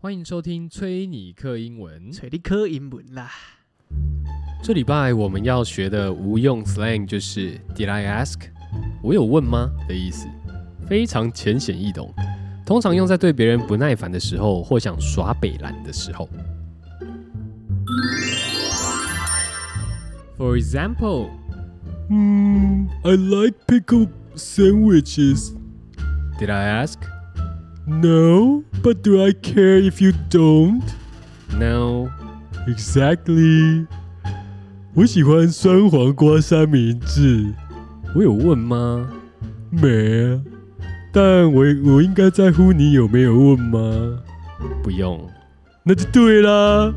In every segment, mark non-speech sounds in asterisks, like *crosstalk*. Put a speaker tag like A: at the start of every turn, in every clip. A: 欢迎收听崔尼克英文。
B: 找你考英文啦。
A: 这礼拜我们要学的无用 slang 就是 “Did I ask？” 我有问吗的意思，非常浅显易懂，通常用在对别人不耐烦的时候或想耍北懒的时候。For example，嗯，I
C: Hmm,
A: like pickle sandwiches. Did I ask?
C: No, but do I care if you don't?
A: No.
C: Exactly. 我喜欢酸黄瓜三明治，
A: 我有问吗？
C: 没啊。但我我应该在乎你有没有问吗？
A: 不用。
C: 那就对啦。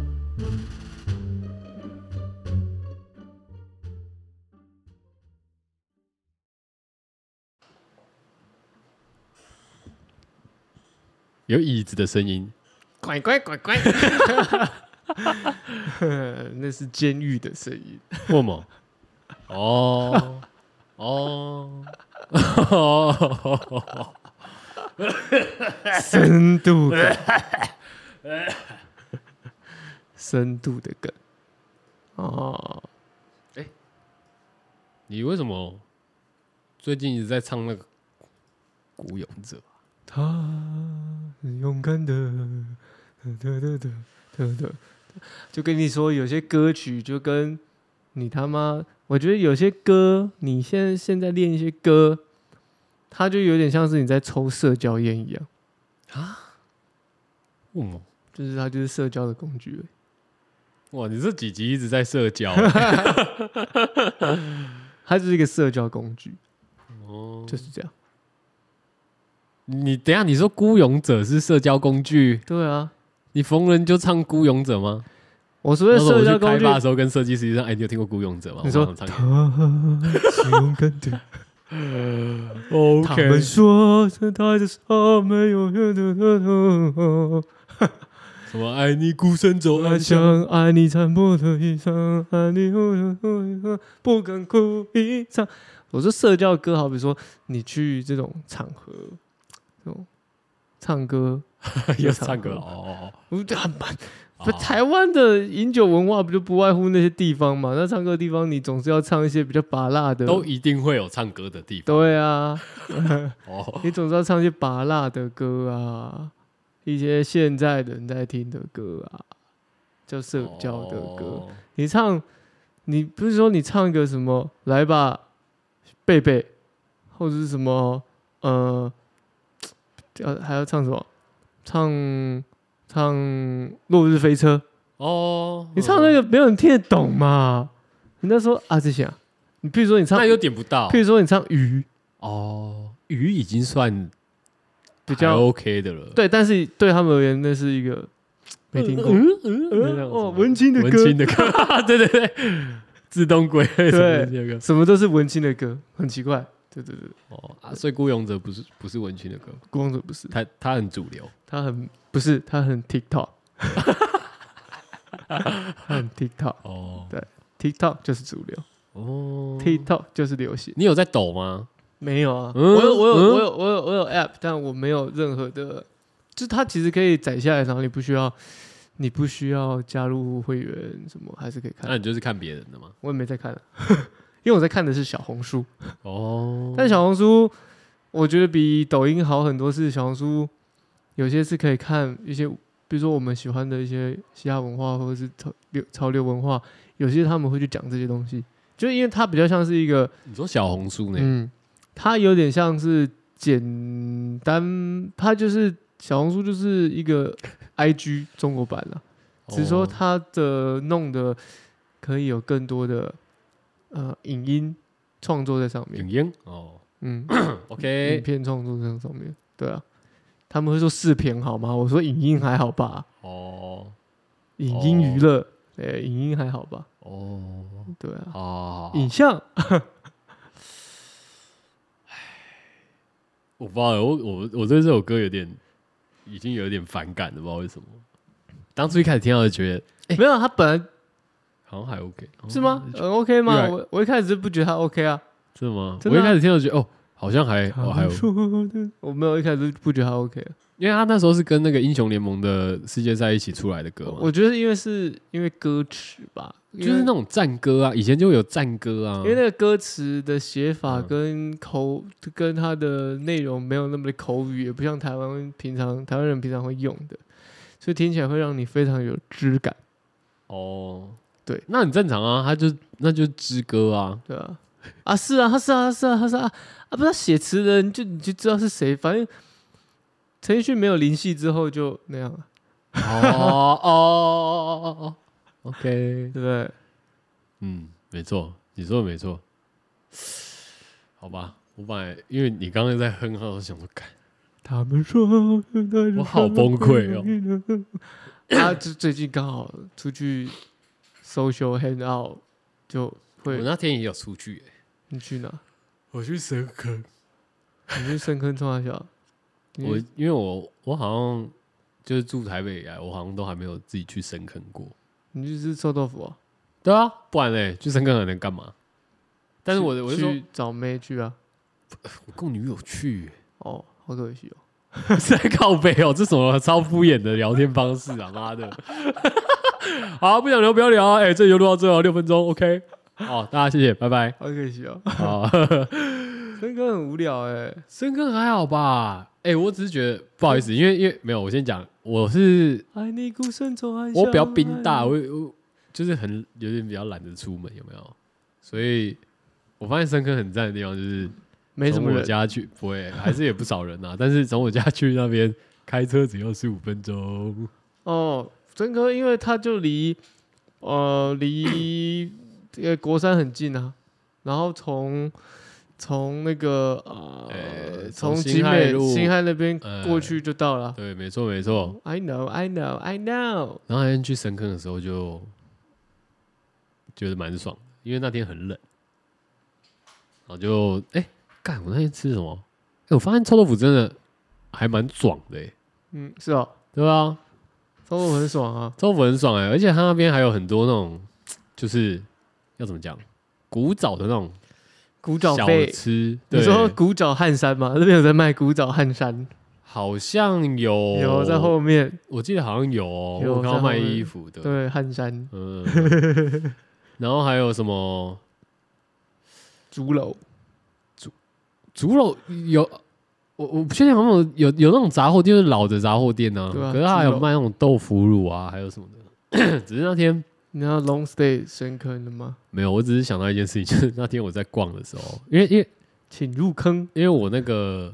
A: 有椅子的声音。
B: 乖乖乖乖， *laughs* 那是监狱的声音。
A: 为什么？哦哦 *laughs* 哦，
B: 深度 *laughs* 梗，深度的梗。哦，
A: 你为什么最近一直在唱那个《孤勇者》？
B: 他很勇敢的，得得得得得，就跟你说，有些歌曲就跟你他妈，我觉得有些歌，你现在现在练一些歌，它就有点像是你在抽社交烟一样，
A: 为什么？
B: 就是它就是社交的工具而已。
A: 哇，你这几集一直在社交啊
B: 它就是一个社交工具，
A: 哦。
B: 就是这样。
A: *laughs* 你等一下，你说《孤勇者》是社交工具，
B: 对啊，
A: 你逢人就唱《孤勇者》吗？
B: 我所谓
A: 那
B: 的
A: 时候我
B: 社
A: 去
B: 交
A: 开
B: 工具
A: 发，的时候，跟设计师说：“哎，你有听过《孤勇者》吗？”
B: 你说
A: 我常常唱给
C: 他是勇敢的。
A: 哦
B: 他
C: OK，
B: 们说这他的手没有的的。
A: 什么？哎，
C: 爱你孤身走
B: 我
C: 暗
B: *laughs*
C: 巷，
B: 想爱你残破的衣裳，爱你无能为力不敢哭一场。我说社交歌，好比说你去这种场合，这种唱歌，
A: 又唱歌了哦。
B: 我觉得很慢。
A: 哦
B: 不，台湾的饮酒文化不就不外乎那些地方嘛？那唱歌的地方，你总是要唱一些比较拔辣的。
A: 都一定会有唱歌的地方
B: 对
A: *laughs*
B: 啊，
A: 哦。
B: 你总是要唱一些拔辣的歌啊，一些现在人在听的歌啊，叫社交的歌。
A: 哦
B: 你唱，你不是说你唱一个什么来吧，贝贝，或者是什么呃，要还要唱什么？唱唱《落日飞车》，
A: 哦，
B: 你唱
A: 嗯
B: 那个没有人听得懂嘛？你那时候啊这些啊，你譬如说你唱
A: 那，又点不到
B: 譬如说你唱鱼，
A: 哦。鱼已经算
B: 比
A: 还
B: 较
A: OK 的了，
B: 对，但是对他们而言那是一个没听过。
A: 嗯嗯
B: 嗯
A: 那种
B: 哦
A: 什么
B: 文青的歌
A: 文青的歌， *laughs* 对对对，自动鬼什么文青的歌
B: 什么都是文青的歌，很奇怪。对对对，
A: 哦，啊所以孤勇者不是不是文青的歌，
B: 光者不是，
A: 他他很主流，
B: 他很不是，他很 TikTok，他很 TikTok，TikTok
A: 哦
B: 就是主流、
A: 哦，
B: t i k t o k 就是流行。
A: 你有在抖吗？
B: 没有啊，
A: 嗯
B: 我有我有
A: 嗯
B: 我有我有我有 App，但我没有任何的，就是它其实可以载下来，然后你不需要你不需要加入会员什么，还是可以看
A: 那。你就是看别人的吗？
B: 我也没在看、啊， *laughs* 因为我在看的是小红书，
A: 哦，
B: 但小红书我觉得比抖音好很多，是小红书有些是可以看一些，比如说我们喜欢的一些嘻哈文化或者是潮流潮流文化，有些他们会去讲这些东西，就因为它比较像是一个，
A: 你说小红书呢？
B: 嗯，它有点像是简单，它就是小红书就是
A: *laughs*
B: 一个 IG 中国版了、只是说
A: 哦
B: 它的弄的可以有更多的呃影音创作在上面
A: 影，音哦 *coughs*
B: 嗯。影
A: ，OK
B: 片创作这上面，对啊，他们会说视频好吗？我说影音还好吧，
A: 哦
B: 影音娱乐，哎、影音还好吧，
A: 哦，
B: 对啊，
A: 好好，好
B: 影像
A: 我不知道欸，我我我对这首歌有点已经有点反感了，不知道为什么。当初一开始听到就觉得
B: 没有，他本来
A: 好像还哎 OK，哦
B: 是吗？很呃 OK 吗？
A: 越来
B: 我我一开始就不觉得他 OK 啊，
A: 真的吗？
B: 真的啊
A: 我一开始听到觉得哦，好像还
B: 他
A: 哦还有，
B: 说的我没有一开始不觉得他 OK，
A: 因为他那时候是跟那个英雄联盟的世界赛一起出来的歌嘛，
B: 我觉得因为是因为歌曲吧，
A: 啊就
B: 因为
A: 是那种战歌啊，以前就有战歌啊
B: 因，为那个歌词的写法
A: 嗯
B: 跟口、跟它的内容没有那么的口语，也不像台湾平常台湾人平常会用的，所以听起来会让你非常有质感，
A: 哦，
B: 对，
A: 那很正常啊，他就那就之歌啊，
B: 对啊，啊是啊，他是啊，他是啊，他是啊，啊不是他写词的人就你就知道是谁，反正陈奕迅没有灵系之后就那样了，
A: 哦哦哦哦哦，OK，
B: 对不对？
A: 嗯，没错，你说的没错。好吧，我本来因为你刚刚在哼哈，我想说，干
B: 他们说
A: 我好崩溃哦。
B: 哦。他就最近刚好出去 social hang out，就
A: 我
B: 会
A: 那天也有出去、欸，
B: 你去哪？
C: 我去深坑，
B: 你去深坑冲啊小？你
A: 我因为我我好像就是住台北以来，我好像都还没有自己去深坑过。
B: 你去吃臭豆腐啊？
A: 对啊，不然嘞，去深坑还能干嘛？但是我
B: 去
A: 我是说，
B: 去找妹去啊。
A: 我跟我女友去、
B: 哦，好可惜哦。
A: 欸， *laughs* 是在靠北哦、这什么超敷衍的聊天方式啊，妈的！ *laughs* 好，不想聊不要聊啊，哎、这里就录到这哦，六分钟，OK。好，大家谢谢，拜拜。
B: 好可惜哦，
A: 好。
B: *laughs*
A: *laughs*
B: 深坑很无聊哎、
A: 深坑还好吧？哎、我只是觉得不好意思，因为因为没有，我先讲，我是
B: 爱你孤身走暗巷。
A: 我比较兵大，我我就是很有点比较懒得出门，有没有？所以我发现深坑很赞的地方就是
B: 没什
A: 从
B: 么
A: 我
B: 人。啊
A: 家去不会，还是也不少人啊，但 *laughs* 是从我家去那边开车只要十五分钟，
B: 哦，深坑因为它就离呃离这个国山很近啊，然后从从那个呃
A: 呃
B: 从
A: 从
B: 集
A: 新海
B: 美
A: 路
B: 新海那边
A: 呃
B: 过去就到了。
A: 对，没错没错。
B: I know, I know, I know。
A: 然后那天去深坑的时候就觉得蛮爽的，因为那天很冷，然后就哎干、我那天吃什么？哎、我发现臭豆腐真的还蛮爽的、欸，
B: 嗯，是哦，
A: 对啊，
B: 收入很爽啊。
A: 臭豆腐很爽哎、而且它那边还有很多那种就是要怎么讲，古早的那种
B: 古早
A: 小
B: 贝，
A: 吃，
B: 你
A: 对，
B: 说古早汉山吗？那边有在卖古早汉山，
A: 好像有
B: 有在，后面，
A: 我记得好像有、哦，
B: 有
A: 我看
B: 在
A: 到
B: 后
A: 卖
B: 面
A: 衣服的，
B: 对汉山
A: 嗯， *laughs* 然后还有什么？
B: 竹楼，
A: 竹楼有，我我不确定有没有有有那种杂货店，就是老的杂货店呢、
B: 对啊
A: 可是它还有
B: 猪肉
A: 卖那种豆腐乳啊，还有什么的。 *coughs* 只是那天
B: 你知道 long stay 深坑的吗？
A: 没有，我只是想到一件事情，就是那天我在逛的时候，因为因为
B: 请入坑
A: 因为我那个，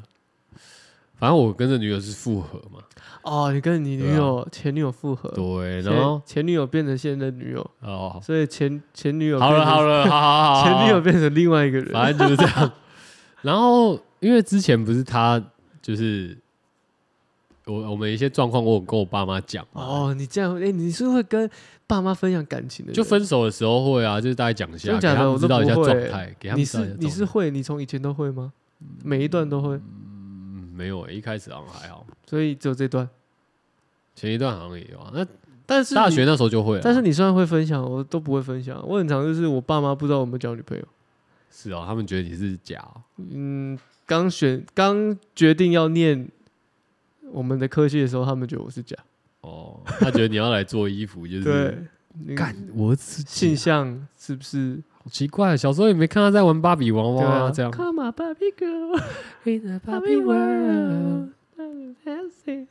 A: 反正我跟这女友是复合嘛，
B: 哦！你跟你女
A: 对啊
B: 友、前女友复合，
A: 对，
B: 现
A: 然后
B: 前女友变成现任女友，
A: 哦，
B: 所以前前女友
A: 好了
B: 变成
A: 好了，好好好，好
B: 前女友，变成另外一个人，
A: 反正就是这样。 *laughs* 然后因为之前不是他就是我我们一些状况，我有跟我爸妈讲嘛，
B: 哦！你这样，哎，你是会跟爸妈分享感情的人，
A: 就分手的时候会啊，就是大概讲一下，
B: 真
A: 给
B: 假的
A: 他们知道一下
B: 我都不
A: 状
B: 会
A: 态，给他
B: 你
A: 们知道一下
B: 是
A: 状态。
B: 你是会，你从以前都会吗？每一段都会，
A: 嗯没有、欸，一开始好像还好，
B: 所以只有这段。
A: 前一段好像也有啊。那
B: 但是
A: 大
B: 你
A: 学啊那时候就会了，
B: 但是你虽然会分享，我都不会分享。我很常就是我爸妈不知道我有没有交女朋友。
A: 是哦，他们觉得你是假哦、
B: 嗯，刚选刚决定要念我们的科系的时候，他们觉得我是假。
A: 哦，他觉得你要来做衣服，就是
B: 对，你
A: 干我是
B: 性向是不是？
A: 好奇怪，小时候也没看他在玩芭比娃
B: 对
A: 娃、
B: 啊，
A: 这样。
B: Come on, Barbie girl,
D: In a
B: Barbie
D: Barbie
B: world,
D: world,
B: I'm fancy.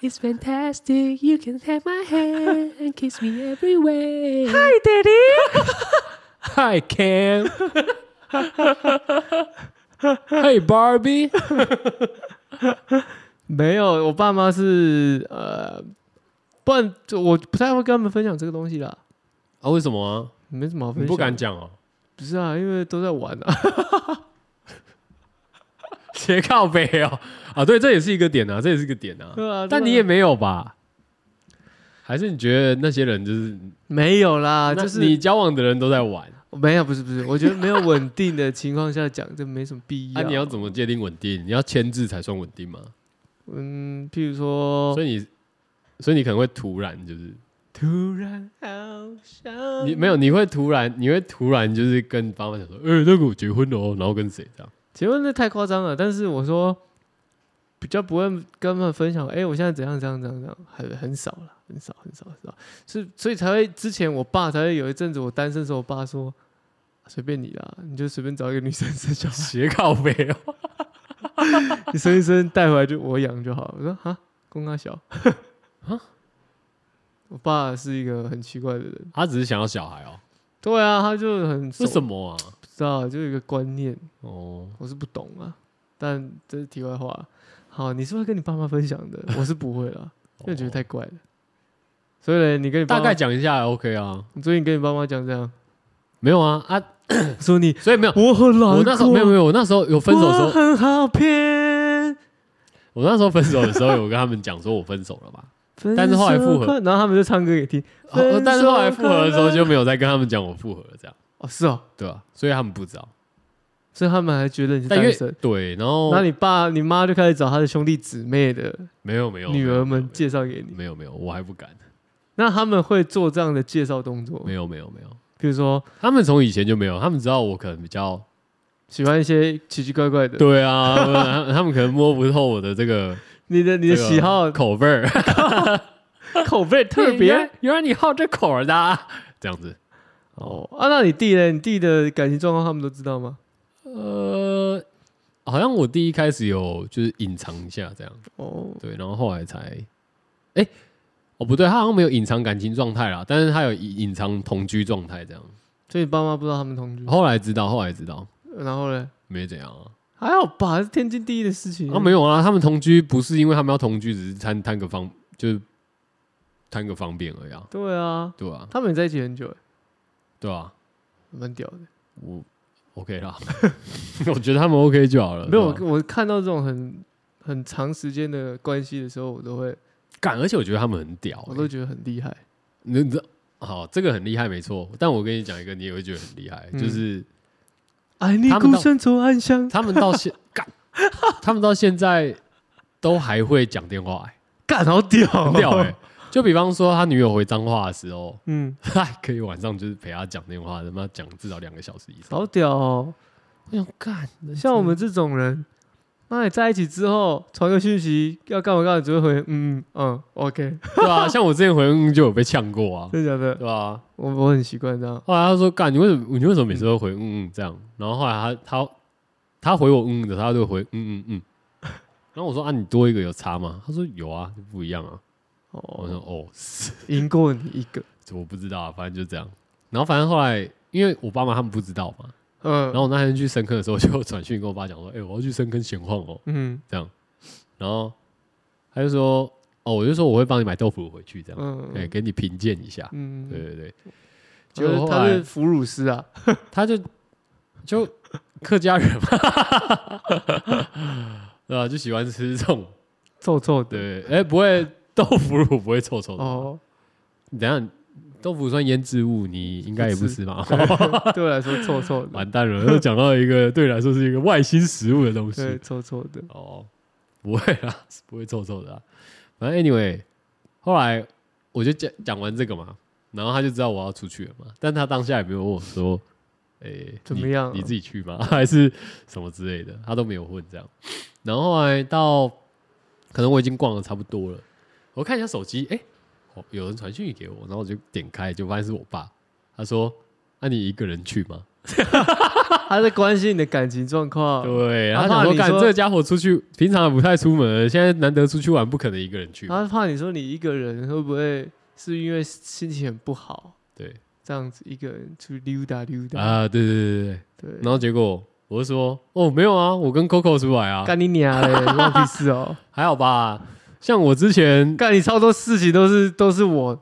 D: it's fantastic. You can have my hand and kiss me everywhere.
B: Hi, Daddy.
A: Hi Cam。Hey Barbie，
B: 没有，我爸妈是呃，不然就我不太会跟他们分享这个东西啦。
A: 啊，为什么啊？
B: 没什么好分
A: 你
B: 享，
A: 不敢？讲哦、
B: 不是啊，因为都在玩
A: *laughs*
B: 啊。
A: 斜靠背哦，啊，对，这也是一个点啊，这也是一个点啊。
B: 对啊，
A: 但
B: 对
A: 你
B: 啊
A: 也没有吧？还是你觉得那些人就是，
B: 没有啦，
A: 那
B: 啊就是
A: 你交往的人都在玩，
B: 没有，不是不是，我觉得没有稳定的情况下讲，这没什么必
A: *laughs* 那、
B: 要。
A: 啊你要怎么界定稳定？你要签字才算稳定吗？
B: 嗯，譬如说
A: 所，以你，所以你可能会突然就是，
B: 突然好想
A: 哎你没有，你会突然，你会突然就是跟爸妈讲说，呃、那个我结婚了哦，然后跟谁这样？ *laughs*
B: 结婚那太夸张了。但是我说比较不会跟他们分享，哎、我现在怎样怎样怎样怎样，很很少了，很少很少很少，是所以才会之前我爸才会有一阵子我单身的时候，我爸说随便你啦，你就随便找一个女生生小孩，
A: 斜靠背哦，
B: *laughs* 你生一生带回来就我养就好。我说哈，公他小啊
A: 啊，
B: 我爸是一个很奇怪的人，
A: 他只是想要小孩哦，
B: 对啊，他就很
A: 为什
B: 么
A: 么啊？
B: 不知道，就有一个观念。
A: 哦，
B: 我是不懂啊，但这是题外话。好，你是会跟你爸妈分享的， *laughs* 我是不会啦，因为觉得太怪了。所以呢，你跟你爸
A: 大
B: 妈
A: 概，讲一下 OK 啊，
B: 你最近跟你爸妈讲这样，
A: 没有啊啊，
B: 说你
A: 所以没有，
B: 我很难
A: 我那时候没有没有，我那时候有分手的时
B: 我
A: 候，
B: 很好骗。
A: 我那时候分手的时候有跟他们讲说我分手了吧，
B: 分
A: 但是后来
B: 手
A: 复合
B: 快，然后他们就唱歌给听。分手啊
A: 但是后来复合的时候
B: 快乐
A: 就没有再跟他们讲我复合了，这样
B: 哦，是哦，
A: 对吧？所以他们不知道，
B: 所以他们还觉得你是
A: 但因
B: 单
A: 为哦
B: 身。
A: 对，然后
B: 那你爸、你妈就开始找他的兄弟姊妹的
A: 没有没有
B: 女儿们
A: 介
B: 介绍给你，
A: 没有没有，我还不敢，
B: 那他们会做这样的介绍动作
A: 没，有没有没有，
B: 比如说
A: 他们从以前就没有，他们知道我可能比较
B: 喜欢一些奇奇怪怪的，
A: 对啊， *laughs* 他们他们可能摸不透我的这个
B: 你的 *laughs* 你的
A: 这个
B: 喜好
A: 口味
B: *laughs*
A: 儿，
B: 口味特别
A: 原来你好这口儿的啊， *laughs* 这样子。
B: 哦啊，那你弟呢？你弟的感情状况他们都知道吗？
A: 呃，好像我第一开始有就是隐藏一下这样，
B: 哦，
A: 对，然后后来才，哎、哦不对，他好像没有隐藏感情状态啦，但是他有隐隐藏同居状态这样。
B: 所以你爸妈不知道他们同居，
A: 后来知道，后来知道，
B: 然后呢？
A: 没怎样啊。
B: 还好吧，是天经地义的事情
A: 啊，没有啊，他们同居不是因为他们要同居，只是贪贪个方，就是贪个方便而已啊。
B: 对啊，
A: 对啊，
B: 他们也在一起很久，
A: 对啊，
B: 蛮屌的。
A: 我 OK 啦， *laughs* 我觉得他们 OK 就好了。
B: 没有，
A: 呃对吧啊
B: 我我看到这种很很长时间的关系的时候，我都会，
A: 哦干，而且我觉得他们很屌、
B: 我
A: 欸
B: 都觉得很厉害。
A: 你你知道，好，这个很厉害，没错。但我跟你讲一个，你也会觉得很厉害，
B: 嗯
A: 就是
B: 爱你
A: 他们
B: 孤
A: 到
B: 身走暗巷，
A: 哎他们到现 *laughs* 干，他们到现在都还会讲电话、欸，
B: 干好屌，欸
A: 很屌哎、就比方说，他女友回彰化的时候，
B: 嗯，
A: 他还可以晚上就是陪他讲电话，他妈讲至少两个小时以上。
B: 好屌哦。
A: 我想干，
B: 像我们这种人，那你在一起之后传个讯息要干嘛干嘛，只会回嗯嗯，OK，
A: 对啊，像我之前回恩就有被呛过 *laughs* 啊，
B: 真的假的？
A: 对啊。
B: 我我很习惯这样。
A: 后来他说干，你为什么你为什么每次都回嗯嗯这样？然后后来他他他回我嗯嗯的，他就回嗯嗯嗯。然后我说啊，你多一个有差吗？他说有啊，就不一样啊。我说
B: 哦，
A: 哦， *laughs* 是
B: 赢过你一个，
A: 我不知道啊，反正就这样。然后反正后来，因为我爸妈他们不知道嘛，
B: 嗯，
A: 然后我那天去深坑的时候，就传讯跟我爸讲说，哎、我要去深坑闲晃哦，
B: 嗯
A: 这样。然后他就说，哦，我就说我会帮你买豆腐回去，这样，
B: 嗯
A: 哎、给你评鉴一下。
B: 嗯，
A: 对，对对，结
B: 就
A: 果
B: 是
A: 后
B: 他
A: 来
B: 是哺乳师啊，
A: 他就就客家人
B: *laughs*
A: 嘛，对吧？就喜欢吃这种，
B: 臭臭的。
A: 对，哎、不会豆腐乳不会臭臭的。
B: 哦， *laughs*
A: 你等一下豆腐算腌制物，你应该也不吃吧？ *laughs*
B: 对我来说臭臭的，
A: 完蛋了，又讲到一个对你来说是一个外星食物的东
B: 对，
A: 西。
B: 臭臭的。
A: 哦，不会啦， *laughs* 是不会臭臭的啦。啊反正 anyway，后来我就讲讲完这个嘛，然后他就知道我要出去了嘛，但他当下也没有问我说，诶、
B: 怎
A: 你
B: 么样啊
A: 你自己去吗？ *laughs* 还是什么之类的？他都没有问这样。然后后来到可能我已经逛的差不多了，我看一下手机，诶，哦，有人传讯息给我，然后我就点开，就发现是我爸，他说：“那、你一个人去吗？”
B: 他在关心你的感情状况，
A: 对，
B: 啊
A: 他
B: 怕
A: 想说，
B: 你
A: 干
B: 说
A: 这家伙出去，平常也不太出门，现在难得出去玩，不可能一个人去。
B: 他怕你说你一个人会不会是因为心情很不好，
A: 对
B: 这样子一个人去溜达溜达。
A: 啊，对对对对
B: 对，
A: 对。然后结果我就说，哦，没有啊，我跟 Coco 出来啊，
B: 干你娘
A: *laughs*
B: 嘞，忘屁事哦！
A: 还好吧。像我之前，
B: 干你超多事情都是都是我，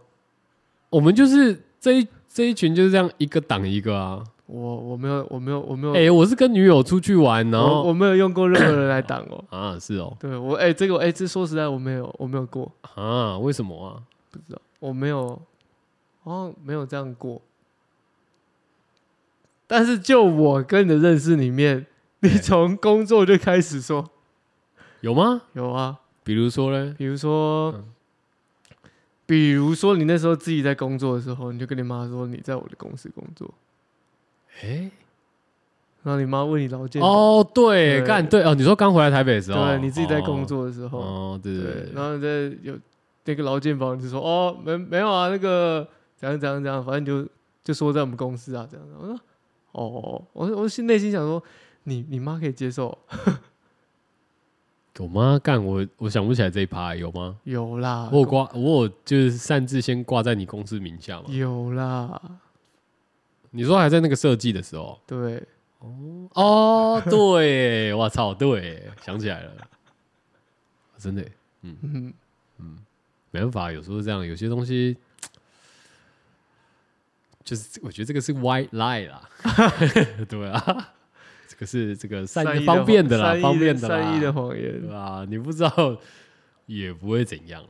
A: 我们就是这一这一群就是这样一个挡一个啊。
B: 我我没有我没有我没有，
A: 哎、我是跟女友出去玩，然
B: 我
A: 后
B: 我没有用过任何人来挡哦。
A: 啊，是哦，
B: 对我哎、这个哎、这说实在我没有我没有过，
A: 啊，为什么啊？
B: 不知道我没有，好像没有这样过。但是就我跟你的认识里面，你从工作就开始说
A: 有吗？
B: 有啊，
A: 比如说呢？
B: 比如说，
A: 嗯
B: 比如说你那时候自己在工作的时候，你就跟你妈说你在我的公司工作，
A: 哎、
B: 然后你妈问你劳健保，
A: 哦，对，
B: 对
A: 干对哦，你说刚回来台北的时候，
B: 对，你自己在工作的时候，
A: 哦，哦对对
B: 对
A: 对，，
B: 然后你在有那个劳健保，你就说哦，没没有啊，那个怎样怎样怎样，反正就就说在我们公司啊，这样。我说哦，我我心内心想说，你你妈可以接受，
A: 有吗？干我我想不起来这一趴有吗？
B: 有啦，
A: 我有挂，我有就是擅自先挂在你公司名下嘛。
B: 有啦，
A: 你说还在那个设计的时候，
B: 对，
A: 哦，对，我操，对，想起来了，真的耶
B: 嗯，
A: 没办法，有时候这样，有些东西就是我觉得这个是 white lie 啦， *laughs* 对啊，这个是这个善意
B: 谎
A: 方便的啦
B: 善，意
A: 方便的啦，
B: 善意的谎言
A: 对，吧？你不知道也不会怎样啦，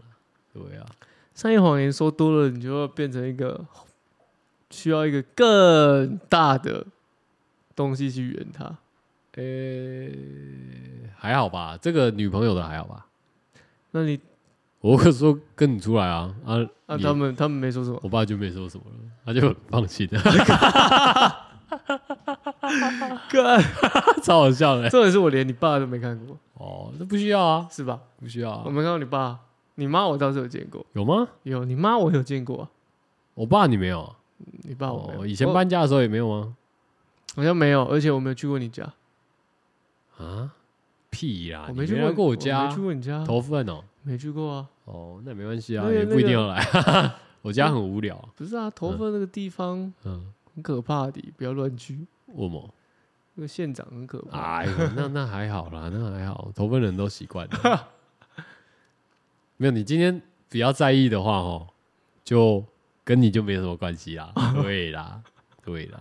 A: 对啊，
B: 善意谎言说多了，你就会变成一个需要一个更大的东西去圆它。
A: 呃、还好吧，这个女朋友的还好吧？
B: 那你
A: 我会说跟你出来啊啊，
B: 啊，
A: 你
B: 他们他们没说什么，
A: 我爸就没说什么了，他就很放心的，
B: 干， *laughs*
A: 超好笑的、
B: 这也是我连你爸都没看过，
A: 哦，那不需要啊，
B: 是吧？
A: 不需要啊
B: 我，没看过你爸，你妈我倒是有见过，
A: 有吗？
B: 有你妈我有见过啊，
A: 我爸你没有啊？
B: 你爸我没有。
A: 哦，以前
B: 我
A: 搬家的时候也没有吗？
B: 好像没有，而且我没有去过你家，
A: 啊，屁啦！
B: 我
A: 啊你
B: 没去
A: 来
B: 过
A: 过我
B: 我
A: 家
B: 没去，过你家，
A: 头份哦。
B: 没去过啊。
A: 哦，那没关系啊，
B: 那个
A: 也不一定要来。 *laughs* 我家很无聊。
B: 不是啊，头发那个地方
A: 嗯，
B: 很可怕的，不要乱去。
A: 我某，
B: 那个县长很可怕，
A: 哎呦，那那还好啦，那还好，头份人都习惯了。没有，你今天比较在意的话，哦，就跟你就没什么关系啦。对啦，对啦，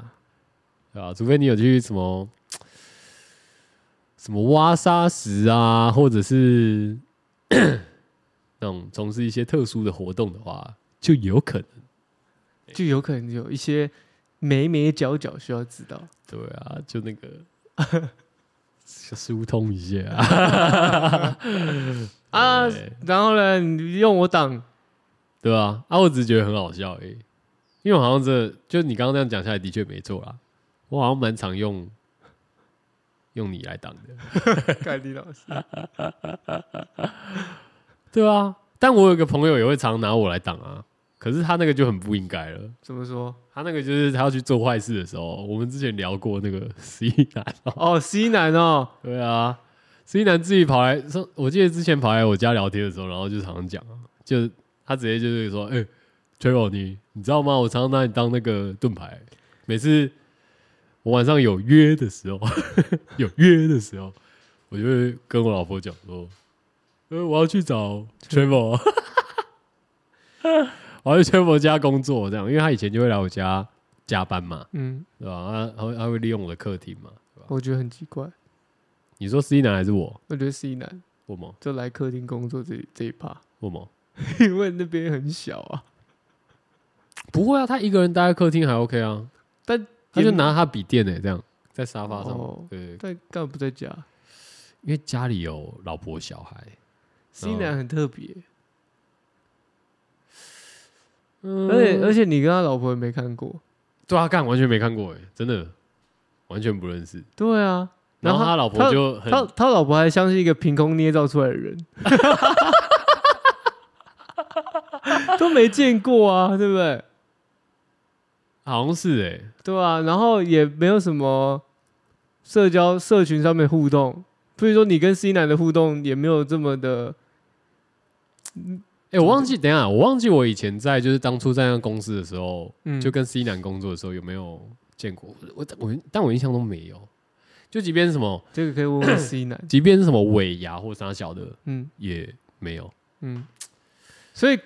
A: 对啊，除非你有去什么什么挖沙石啊，或者是 *clears throat* 那种从事一些特殊的活动的话，就有可能。
B: 就有可能有一些眉眉角角需要知道。
A: 对啊，就那个疏通一下、啊。
B: 啊
A: 对，
B: 然后呢，你用我挡，
A: 对啊，啊，我只是觉得很好笑诶、因为我好像这就你刚刚那样讲下来，的确没错啦。我好像蛮常用用你来挡的，
B: 盖李老师，
A: 对啊。但我有个朋友也会常拿我来挡啊，可是他那个就很不应该了。
B: 怎么说？
A: 他那个就是他要去做坏事的时候，我们之前聊过那个 *laughs* C 男哦，
B: 哦，C 男哦，
A: 对啊，C 男自己跑来说，我记得之前跑来我家聊天的时候，然后就常常讲啊，就他直接就是说，哎、t r e v o r 你你知道吗？我常常拿你当那个盾牌，每次我晚上有约的时候， *laughs* 有约的时候，我就会跟我老婆讲说，呃，我要去找 Trevor，我要去 Trevor 家工作，这样，因为他以前就会来我家加班嘛，
B: 嗯，
A: 对吧、他他会他会利用我的客厅嘛，对吧？
B: 我觉得很奇怪，
A: 你说 C 男还是我？
B: 我觉得 C 男
A: 我吗？
B: 就来客厅工作这这一趴，
A: 我吗？
B: 因为那边很小啊，
A: 不会啊，他一个人待在客厅还 OK 啊，
B: 但
A: 他就拿他笔电欸诶、这样在沙发上。
B: 哦，
A: 对，
B: 但干嘛不在家
A: 因为家里有老婆小孩，
B: ？C 男很特别，
A: 嗯
B: 而且而且你跟他老婆也没看过，
A: 对啊，干完全没看过诶、真的完全不认识。
B: 对啊，
A: 然
B: 然
A: 后
B: 后
A: 他老婆就很
B: 他他老婆还相信一个凭空捏造出来的
A: *laughs*
B: 人，都没见过啊，对不对？
A: 好像是欸诶、
B: 对啊，然后也没有什么社交社群上面互动，比如说你跟 C 男的互动也没有这么的，
A: 诶、欸我忘记，等一下我忘记我以前在就是当初在那公司的时候，
B: 嗯，
A: 就跟 C 男工作的时候有没有见过？我我但我印象中没有，就即便是什么，
B: 这个可以问问 C 男，
A: 即便是什么尾牙或啥小的
B: 嗯
A: 也没有。
B: 嗯，所以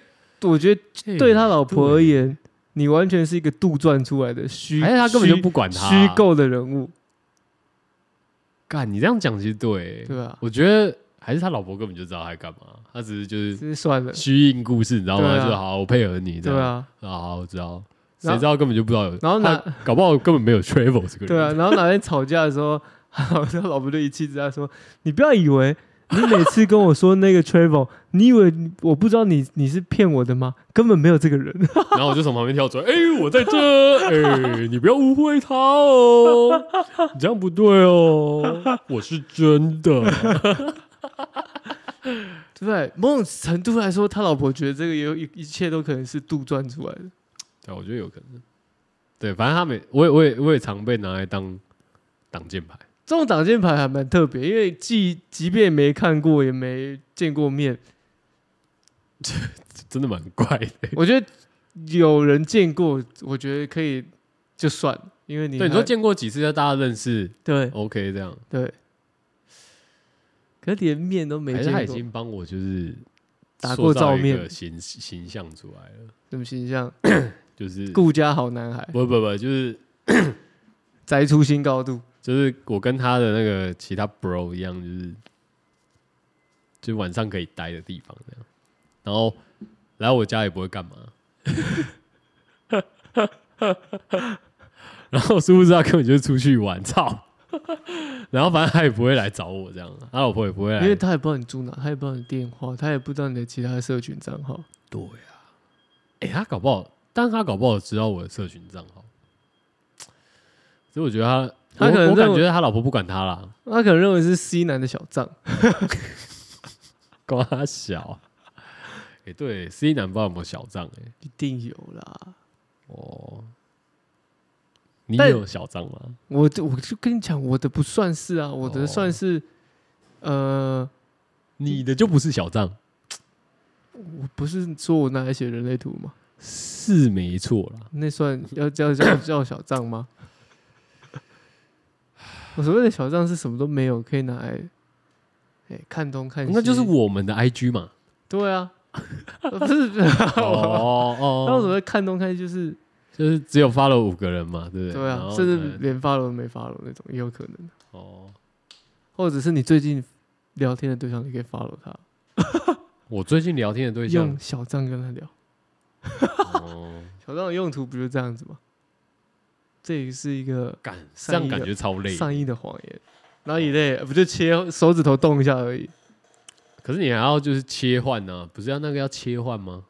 B: 我觉得嗯对他老婆而
A: 已。
B: 言，你完全是一个杜撰出来的虚，
A: 还是他根本就不管他啊
B: 虚虚构的人物，
A: 干，你这样讲其实对，欸
B: 对啊吧？
A: 我觉得还是他老婆根本就知道他在干嘛，他只是就是
B: 这算了，
A: 虚应故事，你知道吗？
B: 对啊
A: 就是好，我配合你这
B: 对
A: 样，
B: 啊。
A: 啊，好，我知道，谁
B: 然后
A: 知道根本就不知道有，
B: 然后 *laughs* 啊哪
A: 他搞不好根本没有 travel 这个人，
B: *laughs* 对啊，然后哪天吵架的时候，他老婆就一气之下说：“你不要以为你每次跟我说那个 travel，你以为我不知道你你是骗我的吗？根本没有这个人。
A: 然后我就从旁边跳出来，哎、我在这，哎、你不要误会他哦，你这样不对哦，我是真的。
B: 对不 *laughs* 对？某种程度来说，他老婆觉得这个也有一一切都可能是杜撰出来的。
A: 对，啊我觉得有可能。对，反正他每我也我也我也常被拿来当挡箭牌。
B: 这种挡箭牌还蛮特别，因为既即便没看过，也没见过面，
A: 真的蛮怪的。
B: *laughs* 我觉得有人见过，我觉得可以就算了，因为你
A: 对，你
B: 还
A: 说见过几次，要大家认识
B: 对
A: ，OK，这样。
B: 对，可是连面都没
A: 还是
B: 见
A: 他
B: 过，
A: 已经帮我就是
B: 打
A: 塑
B: 过
A: 造
B: 照
A: 一
B: 面
A: 个形形象出来了，
B: 什么形象？
A: 就是
B: 顾家好男孩，
A: 不不不，就是
B: 宅出新高度，
A: 就是我跟他的那个其他 bro 一样，就是就晚上可以待的地方这样。然后来我家也不会干嘛。 *laughs* 然后殊不知他根本就是出去玩，操！ *laughs* 然后反正他也不会来找我这样，啊他老婆也不会来，
B: 因为他也不知道你住哪，他也不知道你的电话，他也不知道你的其他社群账号。
A: 对呀、
B: 啊
A: 哎、他搞不好，但他搞不好知道我的社群账号，所以我觉得他，
B: 他
A: 我
B: 可能
A: 我
B: 认
A: 感
B: 为
A: 觉他老婆不管他啦，
B: 他可能认为是 C 男的小账，
A: 管他小。哎、对，C 男不知道有没有小账哎、
B: 一定有啦。
A: 哦，你
B: 但
A: 有小账吗？
B: 我这我就跟你讲，我的不算是啊，我的算是，呃，
A: 你的就不是小账，
B: 我不是说我拿来写人类图吗？
A: 是没错啦。
B: 那算要叫叫
A: *coughs*
B: 叫小账吗？我所谓的小账是什么都没有，可以拿来，哎、看东看西，
A: 那就是。我们的 IG
B: *laughs*
A: 嘛。*laughs*
B: 对啊，呃不是，我
A: 哦
B: 那所
A: 哦，
B: 谓看东看西就是，
A: 就是只有发了五个人嘛，对不对？
B: 对
A: 然
B: 啊，
A: 后
B: 甚至
A: 呢
B: 连发了都没发了那种也有可能，
A: 哦，
B: 或者是你最近聊天的对象，你可以 follow 他，
A: 我最近聊天的对象
B: 用，小账跟他聊。
A: 哦，
B: 小账的用途不就这样子吗？这也是一个
A: 感这
B: 善
A: 样
B: 意的
A: 感觉超累的。
B: 善意的谎言，哪里累？不就切手指头动一下而已，
A: 可是你还要就是切换呢、不是要那个要切换
B: *laughs*
A: 吗？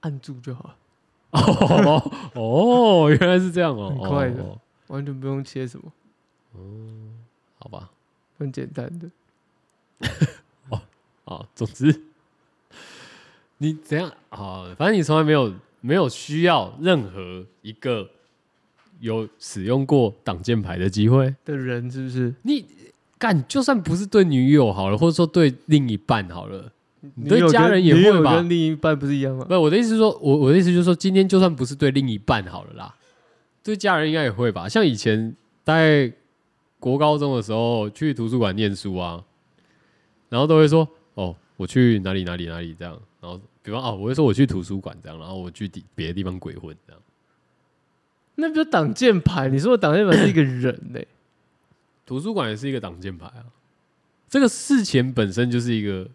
B: 按住就好了，
A: 哦哦，原来是这样哦，
B: 很快的
A: 哦，哦
B: 完全不用切什么，
A: 好吧，
B: 很简单的。
A: 啊，总之你怎样啊？反正你从来没有没有需要任何一个有使用过挡箭牌的机会，
B: 的人是不是？
A: 你干就算不是对女友好了，或者说对另一半好了，你对
B: 有
A: 家
B: 跟
A: 人也
B: 你
A: 会
B: 有
A: 吧
B: 跟另一半不是一样吗
A: 不，？我的意思是说，我我的意思就是说，今天就算不是对另一半好了啦，对家人应该也会吧。像以前在国高中的时候，去图书馆念书啊，然后都会说，哦，我去哪里哪里哪里这样，然后比方哦，我会说我去图书馆这样，然后我去地别的地方鬼混这样。
B: 那不就挡箭牌？你说的挡箭牌是一个人呢、
A: 图书馆也是一个挡箭牌啊，这个事前本身就是一个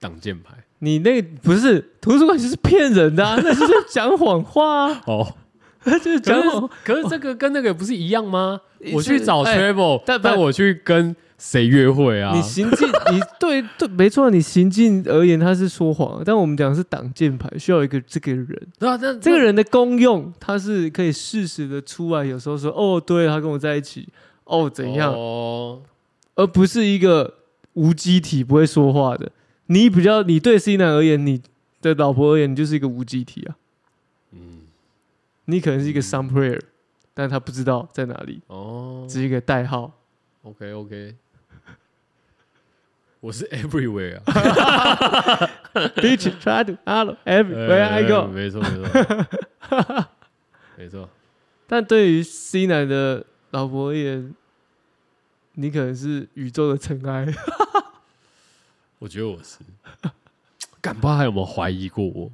A: 挡箭牌
B: 你那个不是图书馆就是骗人的、 *laughs* 啊，那就是讲谎话啊，
A: 哦。
B: 那就是
A: 可
B: 讲
A: 是
B: 谎。
A: 可是这个跟那个不是一样吗？
B: 是
A: 我去找
B: 哎
A: travel，、
B: 但
A: 但
B: 不
A: 我去跟谁约会啊？
B: 你行径，你对对，没错，你行径而言他是说谎，啊但我们讲的是挡箭牌，需要一个这个人，
A: 对啊，那
B: 这个人的功用，他是可以适时的出来，有时候说哦，对他跟我在一起，哦怎样，
A: 哦，
B: 而不是一个无机体不会说话的。你比较，你对 C 男而言，你的老婆而言，你就是一个无机体啊，
A: 嗯，
B: 你可能是一个 somewhere，但他不知道在哪里，
A: 哦
B: 只是一个代号。
A: ，OK OK，我是 everywhere
B: *laughs*
A: 啊
B: Bitch try to hello everywhere I
A: 哎
B: go。
A: 没错没错，
B: *laughs*
A: 没错，
B: 但对于 C 男的老婆而言，你可能是宇宙的尘
A: *laughs*
B: 埃。
A: 我觉得我是，敢不知道还有没有怀疑过我？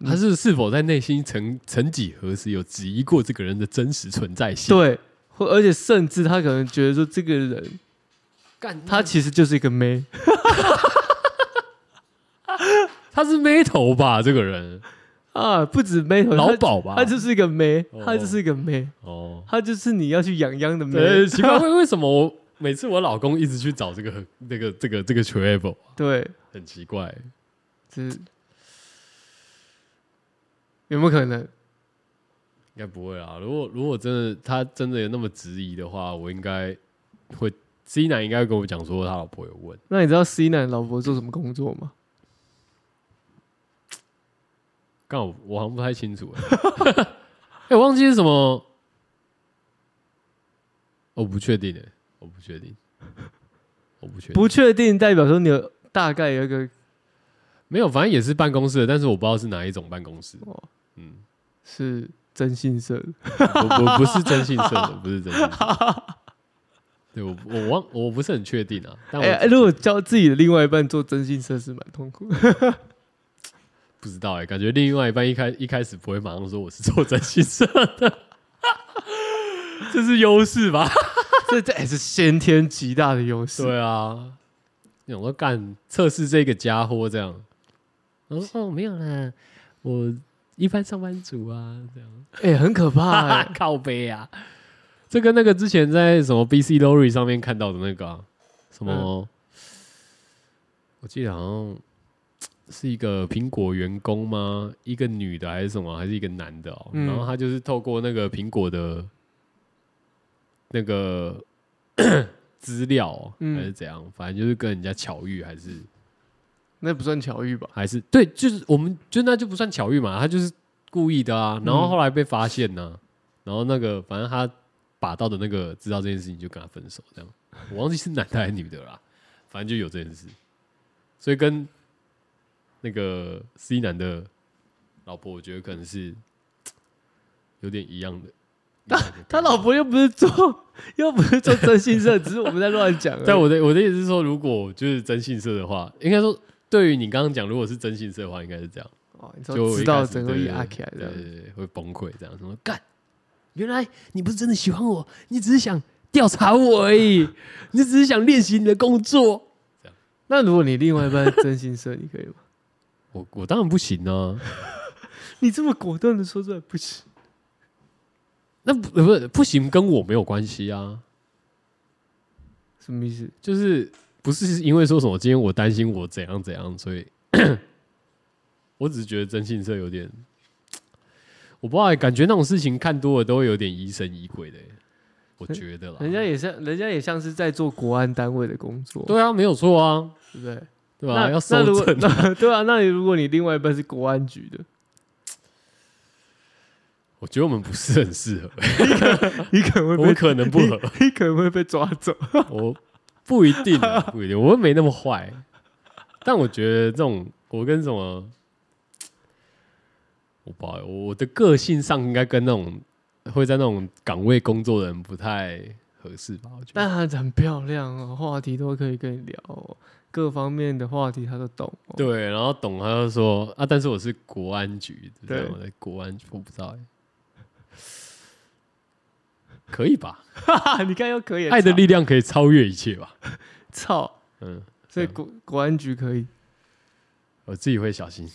B: 嗯
A: 他是是否在内心曾曾几何时有质疑过这个人的真实存在性？
B: 对，或而且甚至他可能觉得说，这个人
A: 干
B: 他其实就是一个妹，
A: 他是妹头吧？这个人
B: 啊，不止妹，他
A: 老鸨吧？
B: 他就是一个妹
A: 哦，
B: 他就是一个妹，
A: 哦，
B: *laughs* 他就是你要去养羊的妹。
A: 对，奇怪，为为什么我每次我老公一直去找这个、这个、这个、这个 travel，
B: 对，
A: 很奇怪。
B: 是有没有可能？
A: 应该不会啊。如果如果真的他真的有那么质疑的话，我应该会 C 男应该会跟我讲说他老婆有问。
B: 那你知道 C 男老婆做什么工作吗？
A: 刚好我好像不太清楚、欸，哎、我忘记是什么，我不确定哎、我不确定，我不确定，
B: 不确定代表说你有大概有一个
A: 没有，反正也是办公室的，但是我不知道是哪一种办公室。
B: 哦
A: 嗯，
B: 是真性色的，
A: 我我不是真性色
B: *laughs*
A: 的，不是真性色的。对我我忘我不是很确定啊，但
B: 哎、
A: 我、
B: 哎如果教自己的另外一半做真性色是蛮痛苦的，
A: 不知道哎、感觉另外一半一开一开始不会马上说我是做真性色的，这是优势吧？
B: *laughs*
A: *laughs*
B: 这这、哎是先天极大的优势。
A: 对啊，想说干测试这个家伙这样，
D: 我说哦，没有啦，
A: 我一般上班族啊，这样
B: 哎、很可怕、哎 *laughs*
A: *laughs* 靠背啊，这跟那个之前在什么 BC Lorry 上面看到的那个、啊、什么，我记得好像是一个苹果员工吗？一个女的还是什么？还是一个男的哦、
B: 嗯
A: 然后他就是透过那个苹果的那个 *coughs* 资料哦、
B: 嗯
A: 还是怎样，反正就是跟人家巧遇还是。
B: 那不算巧遇吧？
A: 还是对，就是我们就那就不算巧遇嘛，他就是故意的啊。
B: 嗯
A: 然后后来被发现呢、然后那个反正他把到的那个知道这件事情，就跟他分手这样。我忘记是男的还是女的啦，反正就有这件事，所以跟那个 C 男的老婆，我觉得可能是有点一样的。
B: 他老婆又不是做， *laughs* 又不是做真性色，只是我们在乱讲而 *laughs* 已。
A: 但我的我的意思是说，如果就是真性色的话，应该说对于你刚刚讲，如果是真性色的话，应该是这样。
B: 哦，你
A: 就
B: 说
A: 我
B: 知
A: 一
B: 道
A: 开始
B: 整个
A: 对
B: 一
A: 对
B: 阿起来
A: 对
B: 这样
A: 对
B: 子，
A: 对会崩溃这样，说干
D: 原来你不是真的喜欢我，你只是想调查我而已，你只是想练习你的工作。
B: 那如果你另外一半是真性色，你可以吗？
A: 我我当然不行啊，
B: *laughs* 你这么果断的说出来不行。
A: 那不呃不是不行跟我没有关系啊，
B: 什么意思？
A: 就是不是因为说什么今天我担心我怎样怎样，所以 *clears throat* 我只是觉得征信社有点，我不知道欸、感觉那种事情看多了都会有点疑神疑鬼的欸、我觉得啦，
B: 人家也像，人家也像是在做国安单位的工作，
A: 对啊，没有错啊，
B: 对不对？
A: 对吧、
B: 那
A: 要
B: 那
A: 搜
B: 如果 *laughs*
A: 证
B: 那对啊，那你如果你另外一半是国安局的，
A: 我觉得我们不是很适合，
B: *laughs* 你可能会
A: 我
B: 被，
A: 可能不合。
B: 你可能会被抓走。
A: 欸 *laughs* 我不一定啊，不一定，我又没那么坏。但我觉得这种，我跟什么，我不好，我我的个性上应该跟那种会在那种岗位工作的人不太合适吧？我觉得。
B: *laughs* 但她很漂亮哦，话题都可以跟你聊哦，各方面的话题她都懂哦。
A: 对，然后董他就说啊，但是我是国安局，
B: 对
A: 对，我在国安局，我不知道、欸，可以吧？
B: 啊，你看又可以
A: 爱的
B: 操
A: 力量可以超越一切吧？
B: 操，
A: 嗯，
B: 所
A: 这
B: 以
A: 样
B: 国国安局可以。
A: 我自己会小心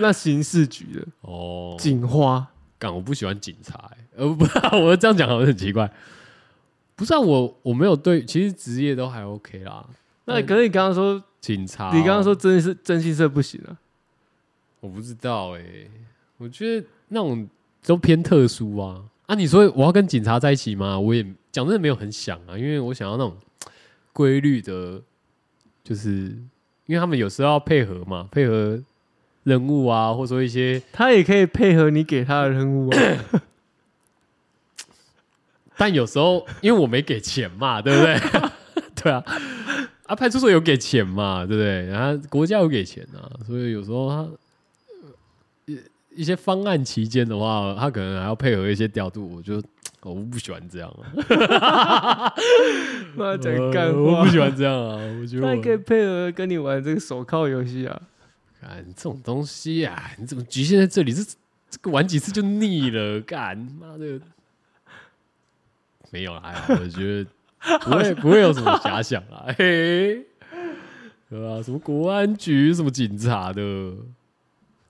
B: 那刑事局的
A: 哦。
B: 警花，
A: 干，我不喜欢警察、欸，呃，不， *laughs* 我这样讲好像很奇怪。不是啊，我我没有对，其实职业都还 OK 啦。
B: 那可是你刚刚说，
A: 警察哦、
B: 你刚刚说真是真心社不行啊。
A: 我不知道哎、我觉得那种都偏特殊啊。啊，你说我要跟警察在一起吗？我也讲真的没有很想啊，因为我想要那种规律的，就是因为他们有时候要配合嘛，配合任务啊，或者说一些
B: 他也可以配合你给他的任务啊。
A: *laughs* 但有时候因为我没给钱
B: *laughs*
A: 嘛，对不对？对啊，啊，派出所有给钱嘛，对不对？然后国家有给钱啊，所以有时候他呃一一些方案期间的话，他可能还要配合一些调度，我就哦我不喜欢这样
B: *laughs*
A: 啊，
B: 那讲干
A: 呃我
B: 话
A: 不，喜欢这样啊，我觉得
B: 那
A: 我
B: 可以配合跟你玩这个手铐游戏
A: *laughs*
B: 啊。
A: 干这种东西啊，你怎么局限在这里？这这个玩几次就腻了，干妈的，没有啦，还好，我觉
B: *laughs*
A: 得不会不会有什么遐想啦，嘿，对啊，什么国安局，什么警察的，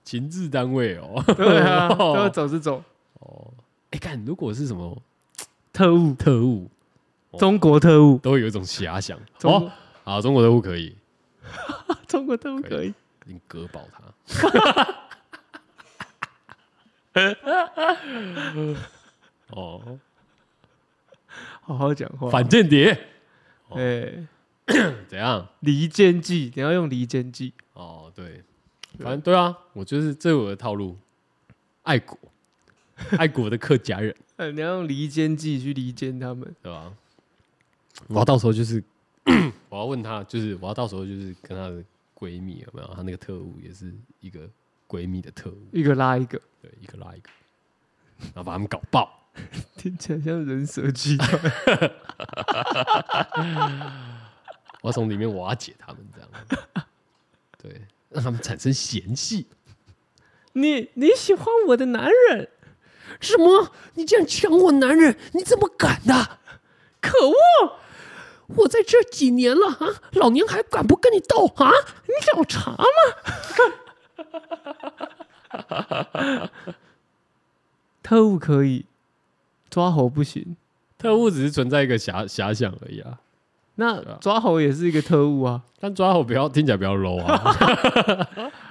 A: 情治单位哦，
B: 啊
A: *laughs*
B: 对啊，都要走是走。
A: 哦，哎、干，如果是什么
B: 特务，
A: 特务哦
B: 中国特务，
A: 都会有一种遐想。
B: 中
A: 哦，好，中国特务可以，
B: 中国特务
A: 可
B: 可以。
A: 你割爆他。哦，
B: 好好讲话。
A: 反间谍
B: 哎、
A: 怎样？
B: 离间计，你要用离间计。
A: 哦，对，反正对啊，我就是这是我的套路，爱国， *laughs* 爱国的客家人，
B: 呃，你要用离间计去离间他们。
A: 对吧？我要到时候就是， *coughs* 我要问他，就是我要到时候就是跟他的闺蜜有没有？他那个特务也是一个闺蜜的特务，
B: 一个拉一个，
A: 对，一个拉一个，然后把他们搞爆。
B: 听起来像人蛇
A: *laughs*
B: 集团。
A: 我要从里面瓦解他们，这样，对，让他们产生嫌隙。
B: 你你喜欢我的男人，
D: 什么？你这样抢我男人，你怎么敢的、可恶！我在这几年了啊，老娘还敢不跟你斗啊？你找茬吗？
B: 特务可以，抓猴不行。
A: 特务只是存在一个遐遐想而已啊，
B: 那
A: 对啊
B: 抓猴也是一个特务啊。
A: 但抓好不要听起来不要 low 啊，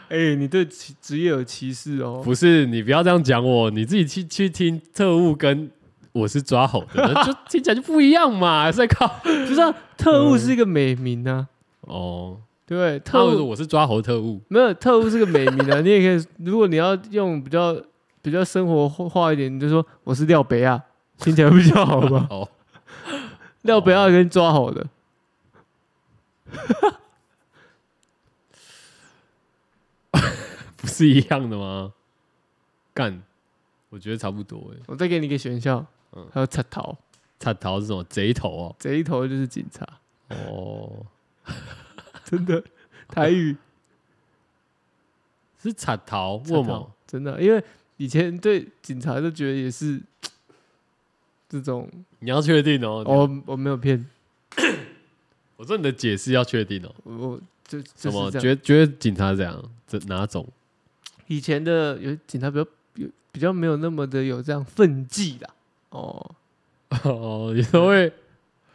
B: 哎、你对其职业有歧视哦。
A: 不是你不要这样讲我，你自己去去听特务跟我是抓好的，那就听起来就不一样嘛， *laughs* 在靠
B: 不是、啊，特
A: 嗯
B: 务是一个美名啊，
A: 哦，
B: 对不对？
A: 特
B: 特
A: 务
B: 务
A: 我是抓猴特务，
B: 没有特务是个美名啊， *laughs* 你也可以，如果你要用比较比较生活化一点，你就说我是廖
A: *laughs*
B: 北亚，听起来比较好吧？
A: 哦，
B: 廖北亚跟抓好的，
A: *laughs* 不是一样的吗？干，我觉得差不多哎。
B: 我再给你一个选项
A: 嗯，
B: 还有贼头，
A: 插头是什么贼头
B: 贼头就是警察， *laughs*
A: 哦？哦，
B: 真的台
A: *laughs*
B: 语
A: 是插头，为
B: 贼
A: 什
B: 头
A: 么？
B: 真的，因为以前对警察都觉得也是这种，
A: 你要确定哦，
B: 我我没有骗，
A: 我说你的解释要确定哦、
B: 我我就
A: 什
B: 就是
A: 么？
B: 这样。
A: 觉觉得警察怎样？这哪种？
B: 以前的有警察比较有比较没有那么的有这样奋际啦，哦。
A: 哦， *laughs* 你都会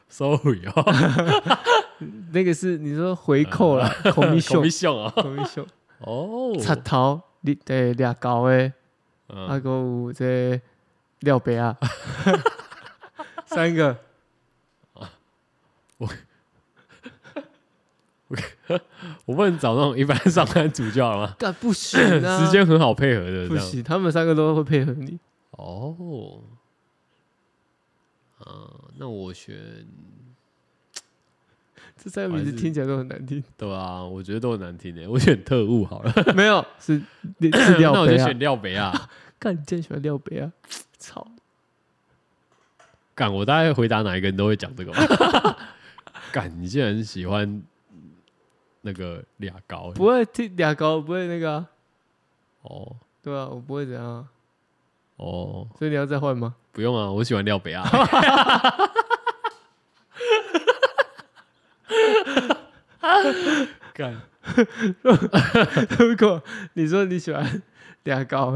A: sorry *laughs* 哦，
B: 那个是你说回扣啦，
A: 嗯
B: *laughs* 孔
A: *laughs*
B: 明秀
A: 没，笑啊。
B: 孔明秀，
A: 哦，
B: *laughs* 插头，你对俩高诶，
A: 嗯
B: 啊个有这廖北
A: *laughs*
B: 啊，三个，？
A: 我不能找那种一般上班族就好了吗
B: *laughs* *laughs* 干不行啊，
A: *coughs* 时间很好配合的，这
B: 不
A: 样
B: 行，他们三个都会配合你。
A: 哦。啊，那我选
B: 这三个名字
A: 还是
B: 听起来都很难听， *laughs*
A: 对啊，我觉得都很难听的，我选特务好了。
B: 没有
A: *coughs*
B: 是是
A: *laughs* 那
B: 廖
A: 我就
B: 北啊
A: 选，廖北啊。 *laughs*
B: 干你竟然喜欢廖北啊，操！
A: 干，我大概回答哪一个人都会讲这个吧。 *laughs* 干，你竟然喜欢那个俩高？
B: 不会听俩高，不会那个啊，
A: 哦
B: 对啊，我不会怎样啊，
A: 哦，
B: 所以你要再换吗？
A: 不用啊，我 *laughs* 喜欢廖
B: *laughs*
A: 北亚。干，
B: 如果你说你喜欢俩高，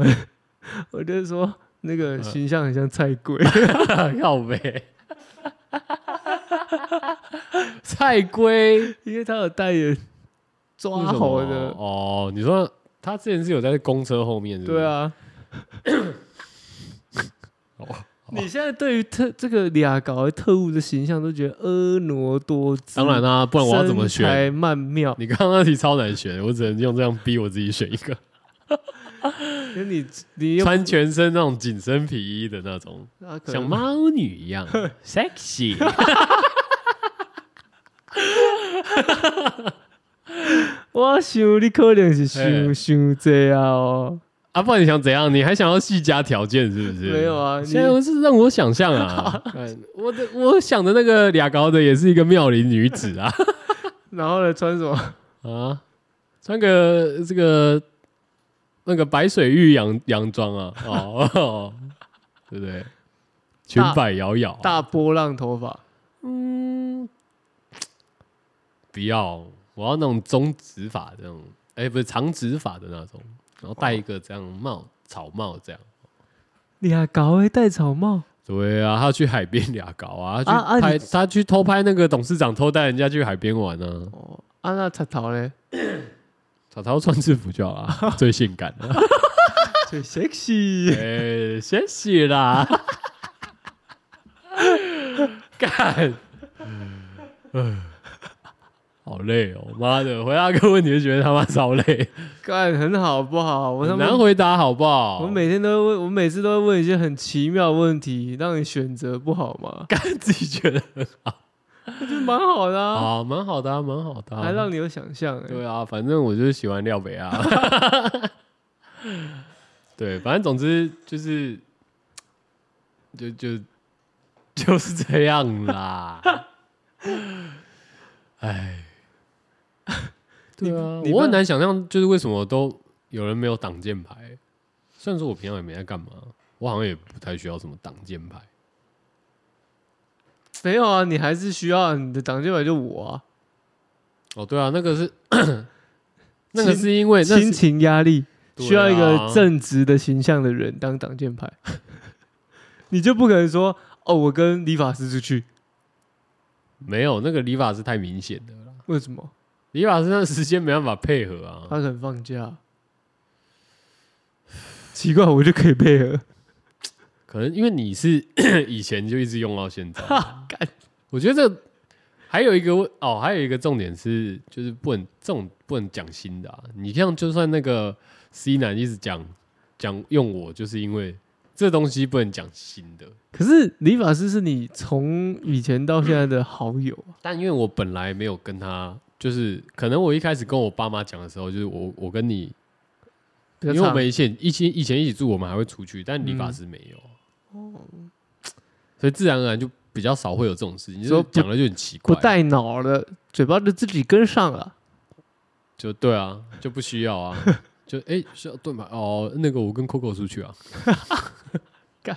B: *laughs* 我就说那个形象很像菜龟，
A: *laughs* 靠北。菜龟
B: *laughs* 因为他有代言抓猴的。
A: 哦，你说他之前是有在公车后面是不是
B: 对，啊
A: 哦。
B: 你现在对于特这个俩高的特务的形象都觉得婀娜多姿，
A: 当然啦、不
B: 不
A: 然我要怎么选？
B: 曼妙，
A: 你刚刚那题超难选，我只能用这样逼我自己选一个
B: 因为你你 *laughs* 又
A: 穿全身那种紧身皮衣的那
B: *laughs*
A: 种，
B: 啊可能
A: 像猫女一
B: *laughs*
A: 样 sexy。
B: 我想你可能是
A: 哎
B: 想想这样哦，
A: *laughs* 啊，不然你想怎样？你还想要细加条件是不是？
B: 没有啊你哎
A: 现在我是让我想象啊，
B: *laughs*
A: 看我的我想的那个俩高的也是一个妙龄女子啊
B: 然后呢穿什么？
A: 啊，穿个这个那个白水玉洋洋装啊，哦，哦 *laughs* 对不对？裙摆摇啊摇，
B: 大波浪头发，
A: 不要，我要那种中直发这种，哎，不是长直发的那种，然后戴一个这样帽草帽这样。
B: 俩高会戴草帽，
A: 对啊，他去海边俩搞啊，
B: 啊啊
A: 他去拍、他去偷拍那个董事长偷带人家去海边玩啊，
B: 哦，啊，那草草嘞，
A: 曹操穿制服就好
B: *laughs*
A: 了，最性感啊了。
B: 最 sexy，
A: 哎，谢谢啦。 *laughs* 干，哎好累哦！妈的，回答个问题就觉得他妈超累，
B: *laughs* 干很好不好？我他
A: 很
B: 妈
A: 难回答，好不好？
B: 我每天都会问，我每次都会问一些很奇妙的问题，让你选择不好吗？
A: 干自己觉得
B: 这蛮好的啊，
A: 啊，蛮好的啊、蛮好的啊、
B: 还让你有想象欸。
A: 对啊，反正我就是喜欢廖北啊。 *laughs* 对，反正总之就是，就就就是这样啦。哎，对啊，
B: *laughs* 你
A: 我很
B: 不
A: 难想象，就是为什么都有人没有挡箭牌。虽然说我平常也没在干嘛，我好像也不太需要什么挡箭牌。
B: 没有啊，你还是需要你的挡箭牌就我啊，
A: 哦，对啊，那个是 *coughs* 那个是因为那
B: 亲
A: 是
B: 情压力
A: 对啊
B: 需要一个正直的形象的人当挡箭
A: *laughs*
B: 牌，你就不可能说哦，我跟理发师出去，
A: 没有那个理发是太明显的了。
B: 为什么？
A: 理发师那时间没办法配合啊。
B: 他可能放假。奇怪，我就可以配合。
A: 可能因为你是 *coughs* 以前就一直用到现在，
B: 干
A: 我觉得这还有一个问哦，还有一个重点是，就是不能这种不能讲新的啊。你像就算那个 C 男一直讲讲用我，就是因为这东西不能讲新的。
B: 可是理发师是你从以前到现在的好友啊，
A: 但因为我本来没有跟他，就是可能我一开始跟我爸妈讲的时候，就是我我跟你，
B: 比较
A: 嗯因
B: 嗯
A: 为我
B: 长
A: 们以前一起以前一起住，我们还会出去，但理发师没有，
B: 哦
A: 所以自然而然就比较少会有这种事情。就
B: 说
A: 是
B: 不
A: 讲的就很奇怪
B: 不，带脑了，嘴巴就自己跟上了。
A: 就对啊，就不需要
B: *laughs*
A: 啊，就哎、需要盾牌哦，那个我跟 Coco 出去
B: *laughs*
A: 啊，
B: 干，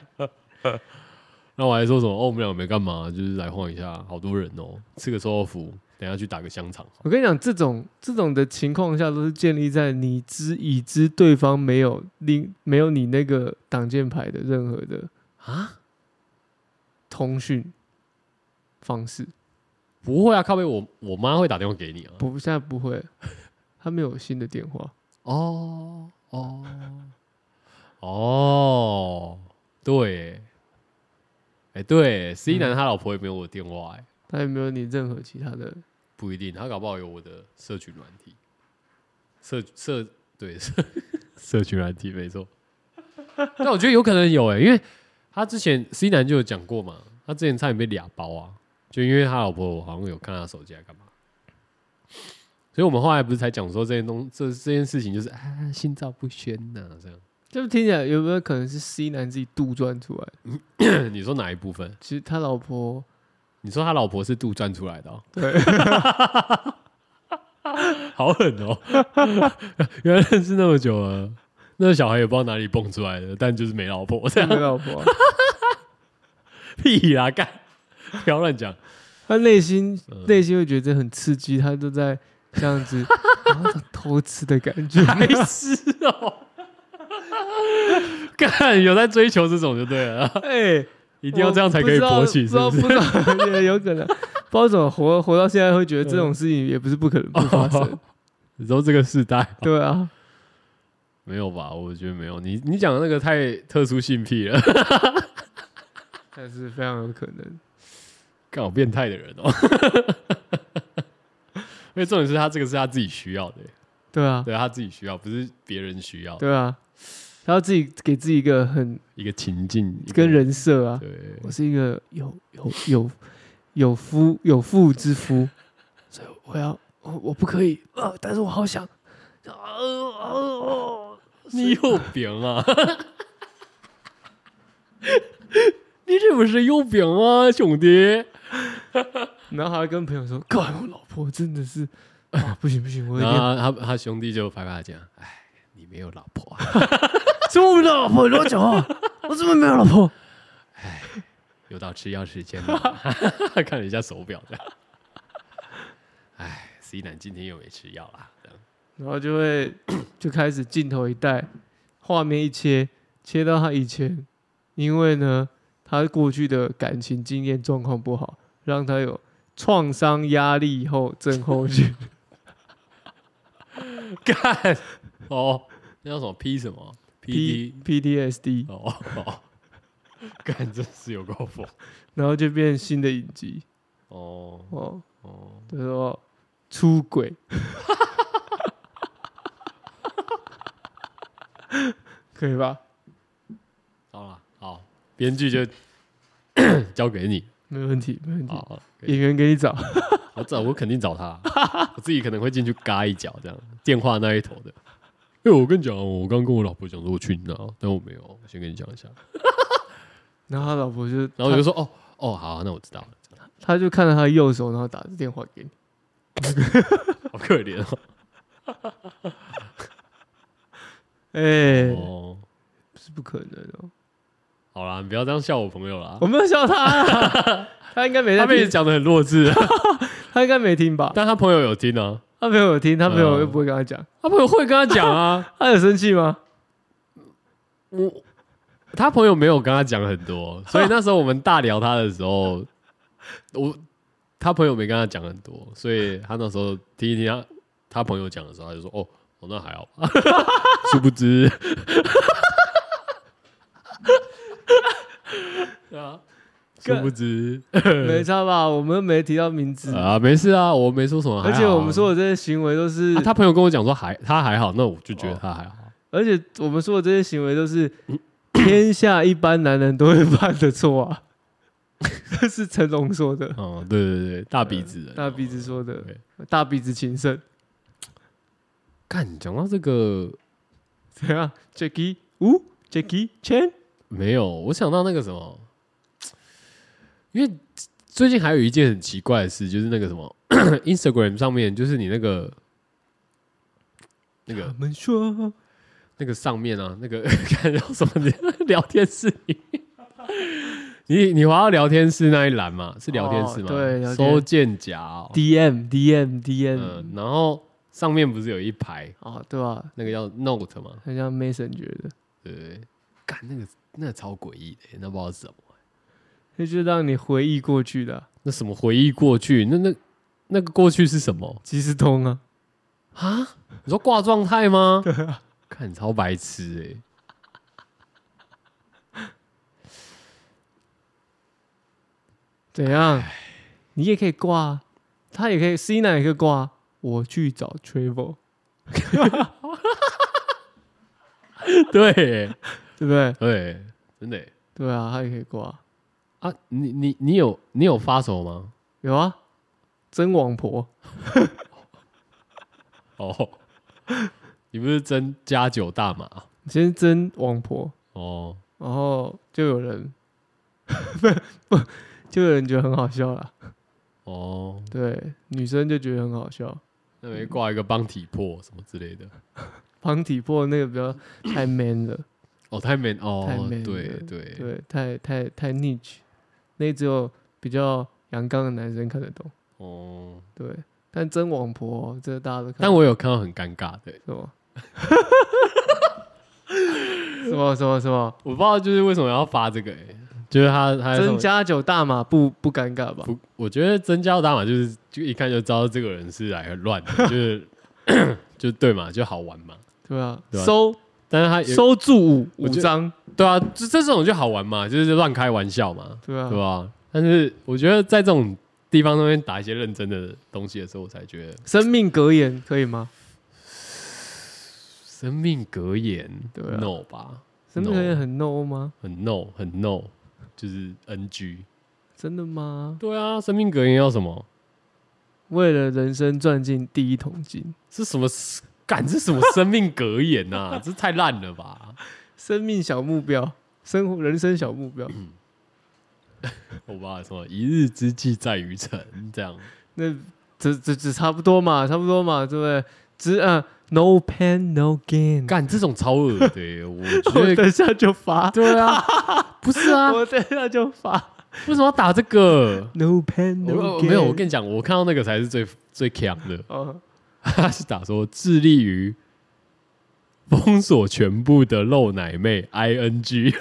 A: 那我还说什么哦，我们俩没干嘛，就是来晃一下，好多人哦，吃个臭豆腐，等一下去打个香肠，
B: 我跟你讲，这种这种的情况下，都是建立在你知已知对方没有另没有你那个挡箭牌的任何的
A: 啊
B: 通讯方式。
A: 不会啊，靠背我我妈会打电话给你啊，
B: 不，现在不会，他没有新的电话。
A: 哦哦哦，对耶，哎、对，C 男他老婆也没有我电话哎、
B: 他也没有你任何其他的，
A: 不一定，他搞不好有我的社群软体，社社对社 *laughs* 社群软体没错。但我觉得有可能有哎、因为他之前 C 男就有讲过嘛，他之前差点被俩包啊，就因为他老婆好像有看他手机还干嘛，所以我们后来不是才讲说这件东这这件事情就是啊心照不宣呐、这
B: 就是听起来有没有可能是 C 男自己杜撰出来的？
A: 样。 *coughs* 你说哪一部分？
B: 其实他老婆
A: 你说他老婆是杜撰出来的、哦，
B: 对，
A: *laughs* 好狠哦！ *laughs* 原来认识那么久了，那小孩也不知道哪里蹦出来的，但就是没老婆 *laughs* 这
B: 他
A: 样
B: 没有老婆啊、 *laughs*
A: 屁啦，干！不要乱
B: *laughs*
A: 讲，
B: 他内心
A: 嗯
B: 内心会觉得很刺激，他都在这样
A: *laughs*
B: 子然后偷吃的感觉。
A: 白痴哦！ *laughs* 干，有在追求这种就对了， *laughs*
B: 哎，
A: 一定要这样才可以勃起，
B: 不知
A: 是
B: 道
A: 不
B: 不
A: 是？
B: 知道，不知道也有可能，不知道怎么活活到现在会觉得这种事情也不是不可能不发生
A: 哦。你说这个世代
B: 对啊，
A: 没有吧？我觉得没有，你你讲的那个太特殊性癖了，
B: 但是非常有可能。
A: 干好变态的人哦！ *laughs* 因为重点是他这个是他自己需要的，
B: 对啊，
A: 对他自己需要，不是别人需要。
B: 对啊，他要自己给自己一个很
A: 一个情境，一个
B: 跟人设啊，
A: 对，
B: 我是一个有有有有夫有妇之夫，所以我要我我不可以啊，但是我好想呃
A: 你有病啊！ *laughs* 你这不是有病啊，兄弟！
B: 然后还会跟朋友说：“哥，我老婆真的是啊，不行不行，我一定
A: 然
B: 要
A: 后他他兄弟就拍拍他讲：“哎，你没有老婆、啊，
D: 怎么没有老婆？你跟我
B: *laughs*
D: 讲话，我怎么没有老婆？
A: 有到吃药时间了。” *laughs* 看了一下手表，这样。哎，C 男今天又没吃药啦。这样
B: 然后就会 *clears throat* 就开始镜头一带，画面一切，切到他以前，因为呢，他过去的感情经验状况不好，让他有创伤压力以后症
A: *laughs*
B: 候群。
A: 干哦，那叫什么 P 什么
B: P
A: PD
B: PTSD，
A: 哦哦， *laughs* 干真是有够疯
B: 然后就变新的影集
A: 哦
B: 哦，
A: 哦，
B: 就是说出
A: *laughs*
B: 轨。可以吧？
A: 好了，好，编剧就 *coughs* 交给你，
B: 没问题，没问题。
A: 好，可以
B: 演员给你找， *laughs*
A: 我找我肯定找他，我自己可能会进去嘎一脚这样，电话那一头的。因为我跟你讲哦，我刚跟我老婆讲说我去哪，但我没有，我先跟你讲一下。
B: 然后他老婆就，
A: 然后我就说哦哦好，那我知道了，这样
B: 他就看到他的右手，然后打着电话给你。
A: 好可怜哦。
B: 哎、
A: 哦，
B: 是不可能哦、
A: 好啦，你不要这样笑我朋友啦，
B: 我没有笑他啊、他应该没
A: 他
B: 在
A: 被
B: 听，
A: 讲的很弱智，啊
B: 他应该没听吧？
A: 但他朋友有听啊，
B: 他朋友有听，他朋友
A: 嗯
B: 又不会跟他讲，
A: 他朋友会跟他讲
B: *laughs*
A: 啊，
B: 他有生气吗？
A: 我他朋友没有跟他讲很多，所以那时候我们大聊他的时候，我他朋友没跟他讲很多，所以他那时候听一听他他朋友讲的时候，他就说哦哦那还好吧， *laughs* 殊不
B: *laughs*
A: 知，对啊，殊不知
B: 没差吧？我们没提到名字，
A: 啊没事啊，我没说什么，
B: 而
A: 还
B: 且
A: 好啊
B: 我们说的这些行为都是，
A: 啊他朋友跟我讲说还他还好，那我就觉得他还好，
B: 而且我们说的这些行为都是
A: 嗯
B: 天下一般男人都会犯的错啊。这是成龙说的，
A: 嗯对对对，大鼻子人
B: 大鼻子说的
A: 对，
B: 大鼻子情圣，
A: 干讲到这个。
B: 怎样？Jackie Wu Jackie Chan，
A: 没有，我想到那个什么，因为最近还有一件很奇怪的事，就是那个什么 *clears throat* Instagram 上面，就是你那个那
B: 他
A: 个
B: 们说
A: 那个上面啊，那个 *laughs* 看到什么聊天室里 *laughs* 面，你你滑到聊天室那一栏嘛，是聊天室吗？
B: 哦对聊天
A: 收件夹、哦，
B: DM DM
A: 嗯、
B: DM，
A: 然后上面不是有一排
B: 哦，对吧？
A: 那个叫 Note 吗？
B: 很像 Messenger 的，
A: 对不对？干那个那个超诡异的、那不知道是什么。
B: 那就是让你回忆过去的啊
A: 那什么回忆过去？那那那个过去是什么
B: 即时通啊。
A: 啊？你说挂状态
B: *laughs*
A: 吗？对啊，看超白痴哎、
B: 怎样？你也可以挂、啊，他也可以，C 男也可以挂啊、我去找 Travel，
A: 对欸 *laughs*
B: 对不对？
A: 对，真的欸、
B: 对啊，他也可以挂啊、
A: 啊！你你你有你有发什么吗？
B: 有啊，真王婆，
A: 哦，你不是真加九大麻
B: 先真王婆，
A: 哦？
B: 然后就有人，不不，就有人觉得很好笑啦。
A: 哦，
B: 对，女生就觉得很好笑。
A: 那边挂一个帮体魄什么之类的。
B: 旁体破那个比较太 man 了，
A: 哦，太 man 哦
B: 太 man，
A: 对
B: 了
A: 对
B: 对，太太太 niche，那只有比较阳刚的男生看得懂。
A: 哦。
B: 对，但真王婆、哦这个大家都看得懂。
A: 但我有看到很尴尬的，
B: 什么？ *laughs* 什么什么什么？
A: 我不知道就是为什么要发这个、欸，就是他他在上
B: 真
A: 面
B: 加酒大码不不尴尬吧？
A: 不，我觉得增加大马就是就一看就知道这个人是来乱
B: *laughs*
A: 的，就是 *coughs* 就对嘛，就好玩嘛。
B: 对啊，
A: 对啊
B: 收
A: 但是他也
B: 收住五
A: 我
B: 五
A: 觉得
B: 张，
A: 对啊，这这种就好玩嘛，就是乱开玩笑嘛，
B: 对啊
A: 对，吧？但是我觉得在这种地方上面打一些认真的东西的时候，我才觉得
B: 生命格言可以吗？
A: 生命格言
B: 对啊
A: no 吧，
B: 生命格言很 no 吗？
A: 很 no 很 no，就是 NG。
B: 真的吗？
A: 对啊，生命格言要什么？
B: 为了人生赚进第一桶金，
A: 是什么？敢是什么生命格言呐、
B: *laughs*
A: 啊？这太烂了吧！
B: 生命小目标，生活人生小目标，
A: 我爸什么一日之计在于晨这样。
B: 那这这这差不多嘛，差不多嘛，对不对？只啊，no pain no
A: *laughs*
B: gain，
A: 干这种超恶的 *laughs* 耶，我
B: 我
A: 觉得
B: 等下就 *laughs* 发，
A: 对 *laughs* 啊，不是啊，
B: 我等下就发
A: 为什么要打这个？
B: ，no pain
A: 我
B: no
A: 我
B: gain，
A: 没有，我跟你讲，我看到那个才是最最强的， *laughs*
B: 哦。
A: 他是打说致力于封锁全部的露奶妹 ing，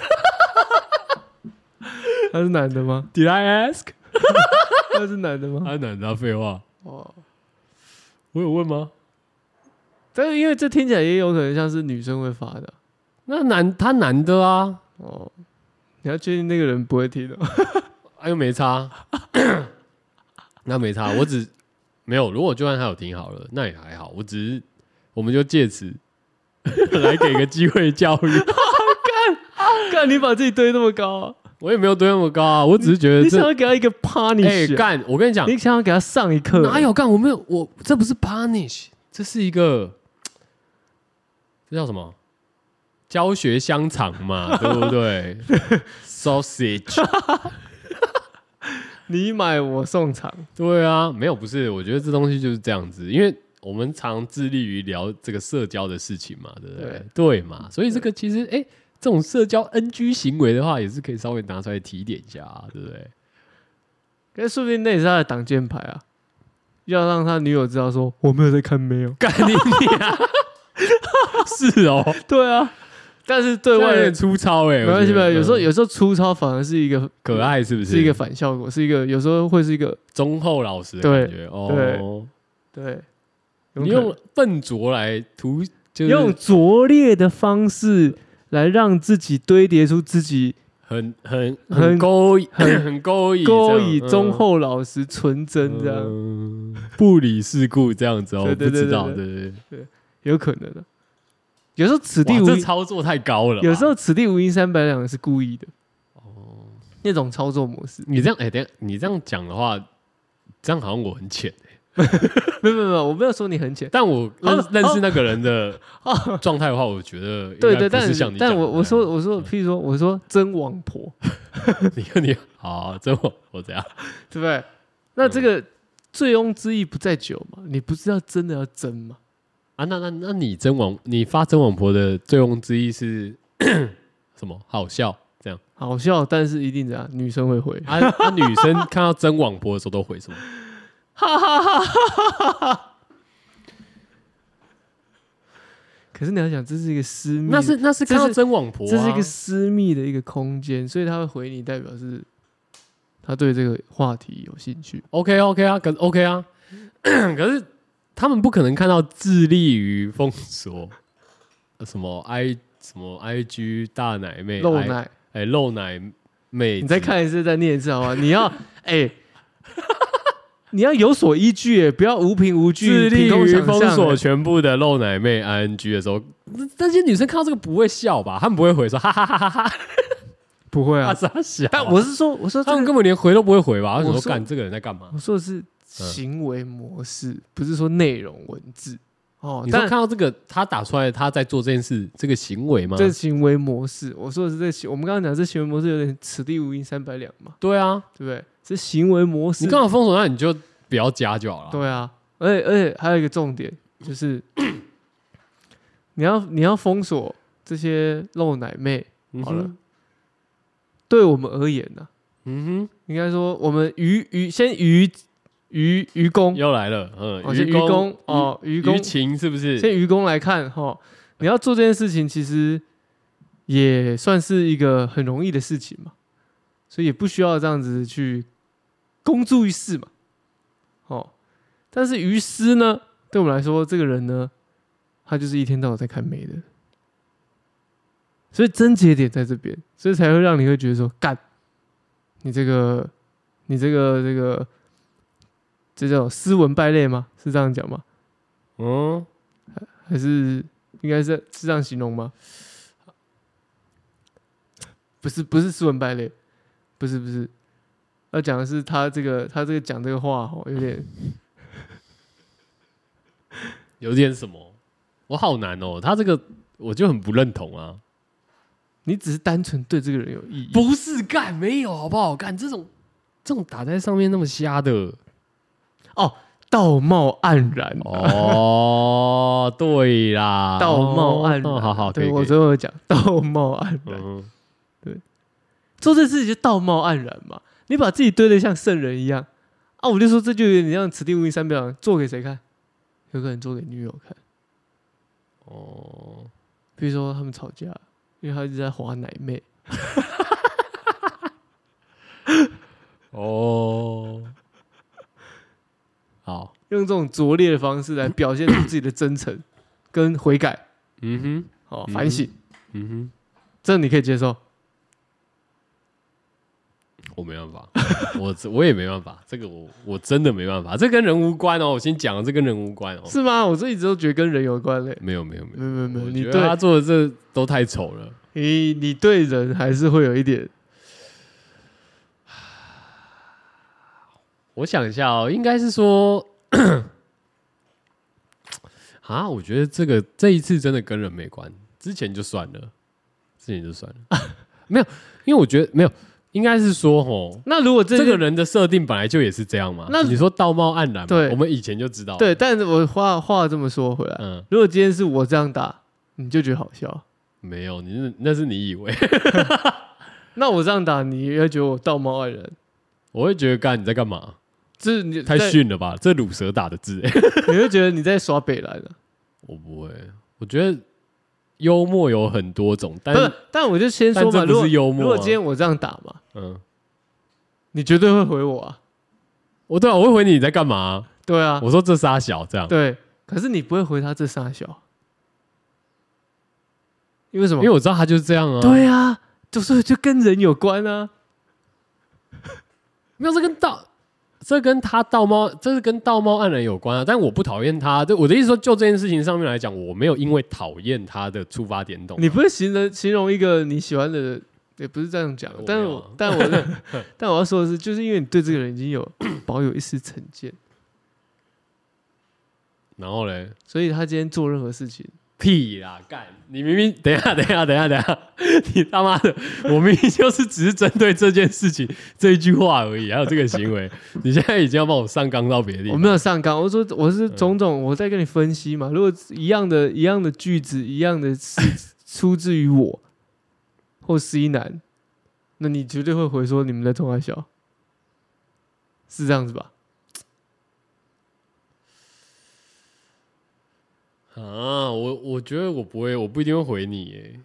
B: 他是男的吗？
A: *laughs* Did I ask？
B: 他是男
A: *laughs*
B: 的吗？
A: 他男的啊废话，
B: 哦，
A: 我有问吗？
B: 但是因为这听起来也有可能像是女生会发的
A: 那男他男的啊，
B: 哦。你要确定那个人不会听
A: *laughs*
B: 哦。
A: 哎又没差， *coughs* 那没差，我只没有。如果就算他有听好了，那也还好。我只是我们就借此 *laughs* 来给个机会教育。
B: 干，你把自己堆那么高
A: *laughs*
B: 啊、
A: 我也没有堆那么高啊，我只是觉得
B: 你想
A: 这
B: 要给他一个 punish，
A: 哎
B: 啊、
A: 干，我跟你讲，
B: 你想要给他上一课，
A: 哪有干？我没有，我这不是 punish，这是一个这叫什么？教学香肠嘛，对不对
B: *laughs*
A: ？sausage，
B: 你买我送场，
A: 对啊，没有不是，我觉得这东西就是这样子，因为我们常致力于聊这个社交的事情嘛，对不对？对
B: 对
A: 嘛，所以这个其实哎、这种社交 NG 行为的话，也是可以稍微拿出来提点一下、啊，对不
B: *laughs*
A: 对？
B: 可是说不定那也是他的挡箭牌啊，要让他女友知道说我没有在看没有。
A: 干你娘！是哦，
B: *laughs* 对啊，但是对
A: 对外
B: 外
A: 人
B: 人
A: 粗糙哎、
B: 没
A: 我
B: 关系
A: 觉得
B: 吧，有时候
A: 嗯
B: 有时候粗糙反而是一个
A: 可，爱是不是？
B: 是一个反效果，是一个有时候会是一个
A: 忠厚老实的
B: 对
A: 感觉
B: 对
A: 哦。
B: 对，有
A: 你
B: 可能
A: 用笨拙来图，就是
B: 用拙劣的方式来让自己堆叠出自己
A: 很很
B: 很
A: 很勾引，很 *laughs* 很勾引，
B: 高以
A: 这样
B: 忠，厚老实纯真这样，
A: 嗯不理世故这样子哦，
B: 对对
A: 不
B: 对
A: 知道，
B: 对
A: 对对
B: 有可能的。啊有时候此
A: 对，
B: 地
A: 哇，
B: 无
A: 这
B: 银，
A: 操作太高了吧。
B: 有时候此地无银三百两是故意的
A: 哦，
B: 那种操作模式。
A: 你这样，哎，等一下你这样讲的话，这样好像我很浅，
B: 没有没有没有，我没有说你很浅。
A: 但我认
B: 哦
A: 认识那个人的状态的话，我觉得应
B: 对
A: 该
B: 对，
A: 不
B: 但
A: 是像你讲
B: 但
A: 的那
B: 我
A: 样，嗯
B: 我说我说，譬如说我说真王婆，
A: *laughs* 你你好，这我我怎样？
B: 对不对？那
A: 嗯
B: 这个醉翁之意不在酒嘛，你不是要真的要争嘛？
A: 啊，那那那你真网你发真网婆的醉翁之意是 *coughs* 什么？好笑这样
B: 好笑，但是一定怎样，女生会回， *laughs*
A: 啊？啊，女生看到真网婆的时候都回什么？
B: 哈哈哈哈哈哈。可是你要想，这是一个私密，
A: 那是那是
B: 嗯这
A: 看到
B: 是
A: 真网婆、啊，
B: 这是一个私密的一个空间，所以他会回你，代表是他对这个话题有兴趣。
A: OK OK 啊，可 OK 啊，可是他们不可能看到致力于封锁呃什么 I 什么 IG 大奶妹
B: 露
A: I-
B: 奶，
A: 哎露奶妹，
B: 你再，看一次，再念一次，好吧？你要哎。你要有所依据耶，不要无凭无据。
A: 致力
B: 凭空
A: 于
B: 想
A: 封
B: 象
A: 锁
B: 耶
A: 全部的露奶妹 ING 的时候，那那些女生看到这个不会笑吧？她们不会回说哈哈哈哈哈。
B: 不会啊
A: 啊，，傻小。
B: 但我是说，我说这
A: 他们
B: 个，
A: 根本连回都不会回吧？他
B: 我
A: 想说
B: 说
A: 干这个人在干嘛
B: 我？说的是行为模式，不是说内容文字哦
A: 你。说
B: 但
A: 看到这个他打出来他在做这件事这个行为吗？
B: 这行为模式，我说的是这行，我们刚刚讲这行为模式有点此地无银三百两嘛，
A: 对啊，
B: 对不对？这行为模式
A: 你，刚好封锁，那你就不要加就好了。
B: 对啊。而且而且还有一个重点就是， *coughs* 你要你要封锁这些露奶妹，
A: 嗯
B: 好了
A: 哼，。
B: 对我们而言呢、
A: 嗯
B: 应该说我们愚愚先愚愚愚
A: 哼，
B: 公，
A: 又来了，嗯，
B: 哦，先愚
A: 公
B: 公，哦，
A: 愚
B: 愚公
A: 情是不是？
B: 先愚公来看哈，你要做这件事情，其实也算是一个很容易的事情嘛，所以也不需要这样子去公诸于世嘛。哦，但是于私呢，对我们来说，这个人呢，他就是一天到晚在看美的，所以症结点在这边，所以才会让你会觉得说，干，你这个，你这个这个，这叫斯文败类吗？是这样讲吗？
A: 嗯，
B: 还是应该是是这样形容吗？不是，不是斯文败类，不是，不是，要讲的是他这个他这个讲这个话哦，有点
A: 有点什么？我好难哦，他这个我就很不认同啊。
B: 你只是单纯对这个人有意义，
A: 不是干没有好不好？干这种这种打在上面那么瞎的，
B: 道貌岸然，
A: 哦，对啦，
B: 道貌岸然，
A: 哦好好，可以
B: 对
A: 可
B: 我
A: 以
B: 最后有讲道貌岸然，
A: 嗯
B: 做这事情就道貌岸然嘛，你把自己堆得像圣人一样啊，我就说这就有点像此地无银三百两，做给谁看？有可能做给女友看。
A: 哦，
B: 比如说他们吵架，因为他一直在划奶妹，
A: 哦
B: 这种拙劣的方式来表现出自己的真诚跟悔改
A: 嗯哼，
B: 哦，
A: 嗯
B: 反省，
A: 嗯
B: 这你可以接受。
A: 哼，我没办法， *laughs* 我这我也没办法，这个我我真的没办法，这跟人无关哦。我先讲，这跟人无关哦。
B: 是吗？我这一直都觉得跟人有关嗯嘞。
A: 没有没有没有，
B: 没有没有没
A: 嗯
B: 有，
A: 我
B: 你
A: 觉得他
B: 对
A: 做的这都太丑了。
B: 你你对人还是会有一点
A: 我想一下哦，应该是说 *clears throat* 啊，我觉得这个这一次真的跟人没关，之前就算了，之前就算了， *laughs* 没有，因为我觉得没有，应该是说哦，
B: 那如果这
A: 这
B: 个
A: 个人的设定本来就也是这样嘛。
B: 那
A: 你说道貌岸然嘛，
B: 对
A: 我们以前就知道。
B: 对，，但是我话话这么说回来，
A: 嗯，
B: 如果今天是我这样打，你就觉得好笑；
A: 没有，你是那是你以为，
B: 那我这样打，你也会觉得我道貌岸然。
A: 我会觉得干你在干嘛？
B: 这你
A: 太
B: 在，
A: 逊了吧，这卤蛇打的
B: *laughs*
A: 字、欸
B: 你会觉得你在耍北啊来的。
A: 我不会，我觉得幽默有很多种，但
B: 不是，但我就先说嘛，
A: 但这不是
B: 如果
A: 幽默啊
B: 如果今天我这样打嘛，
A: 嗯，
B: 你绝对会回我啊。
A: 我对啊，我会回你你在干嘛啊、
B: 对啊，
A: 我说这仨小这样，
B: 对。可是你不会回他这傻小，因为什么
A: 因为？我知道他就是这样啊。，
B: 对啊，就是就跟人有关啊。
A: 没有这跟道，这跟他道貌，这是跟道貌岸然有关啊。但我不讨厌他，对我的意思说，就这件事情上面来讲，我没有因为讨厌他的出发点懂吗。
B: 你不是形容形容一个你喜欢的人，也不是这样讲
A: 我，
B: 但
A: 没
B: 是
A: 有
B: 我
A: 啊
B: 但我 *laughs* 的但我要说的是，就是因为你对这个人已经有保有一丝成见，
A: 然后嘞，
B: 所以他今天做任何事情，
A: 屁啦，干！你明明等一下，等一下，等一下，等一下，你他妈的，我明明就是只是针对这件事情这一句话而已，还有这个行为，你现在已经要帮我上纲到别的地
B: 我
A: 方。
B: 没有上纲，我说我是种种，我在跟你分析嘛。如果一样的一样的句子，一样的是 *laughs* 出自于我或 C 男，那你绝对会回说你们在冲他笑，是这样子吧？
A: 啊，我我觉得我不会，我不一定会回你耶。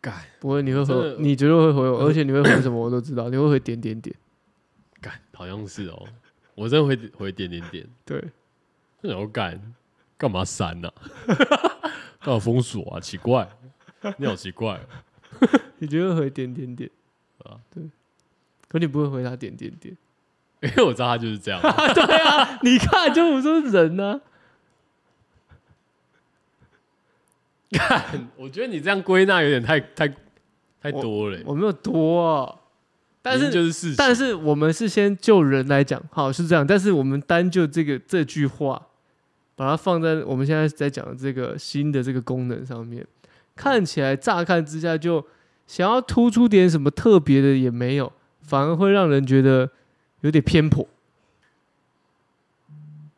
A: 干，
B: 不会，你会回
A: 真的
B: 我，你绝对会回我，而且你会回什么我都知道，你会回点点点，
A: 干，好像是哦，我真的会回点点点。
B: 对。
A: 然后干干嘛删呢、干嘛封锁啊？奇怪，你好奇怪、哦。
B: 你就会回点点点
A: 啊
B: 啊，对，可你不会回他点点点
A: 因为我知道他就是这样。
B: 啊，对啊，你看，就我说人啊呢、
A: 我觉得你这样归纳有点太太太多了耶、
B: 我没有多、啊，但
A: 明明
B: 是
A: 就是事实，
B: 但是我们是先就人来讲，好是这样，但是我们单就这个这句话，把它放在我们现在在讲的这个新的这个功能上面，看起来乍看之下就想要突出点什么特别的也没有，反而会让人觉得有点偏颇，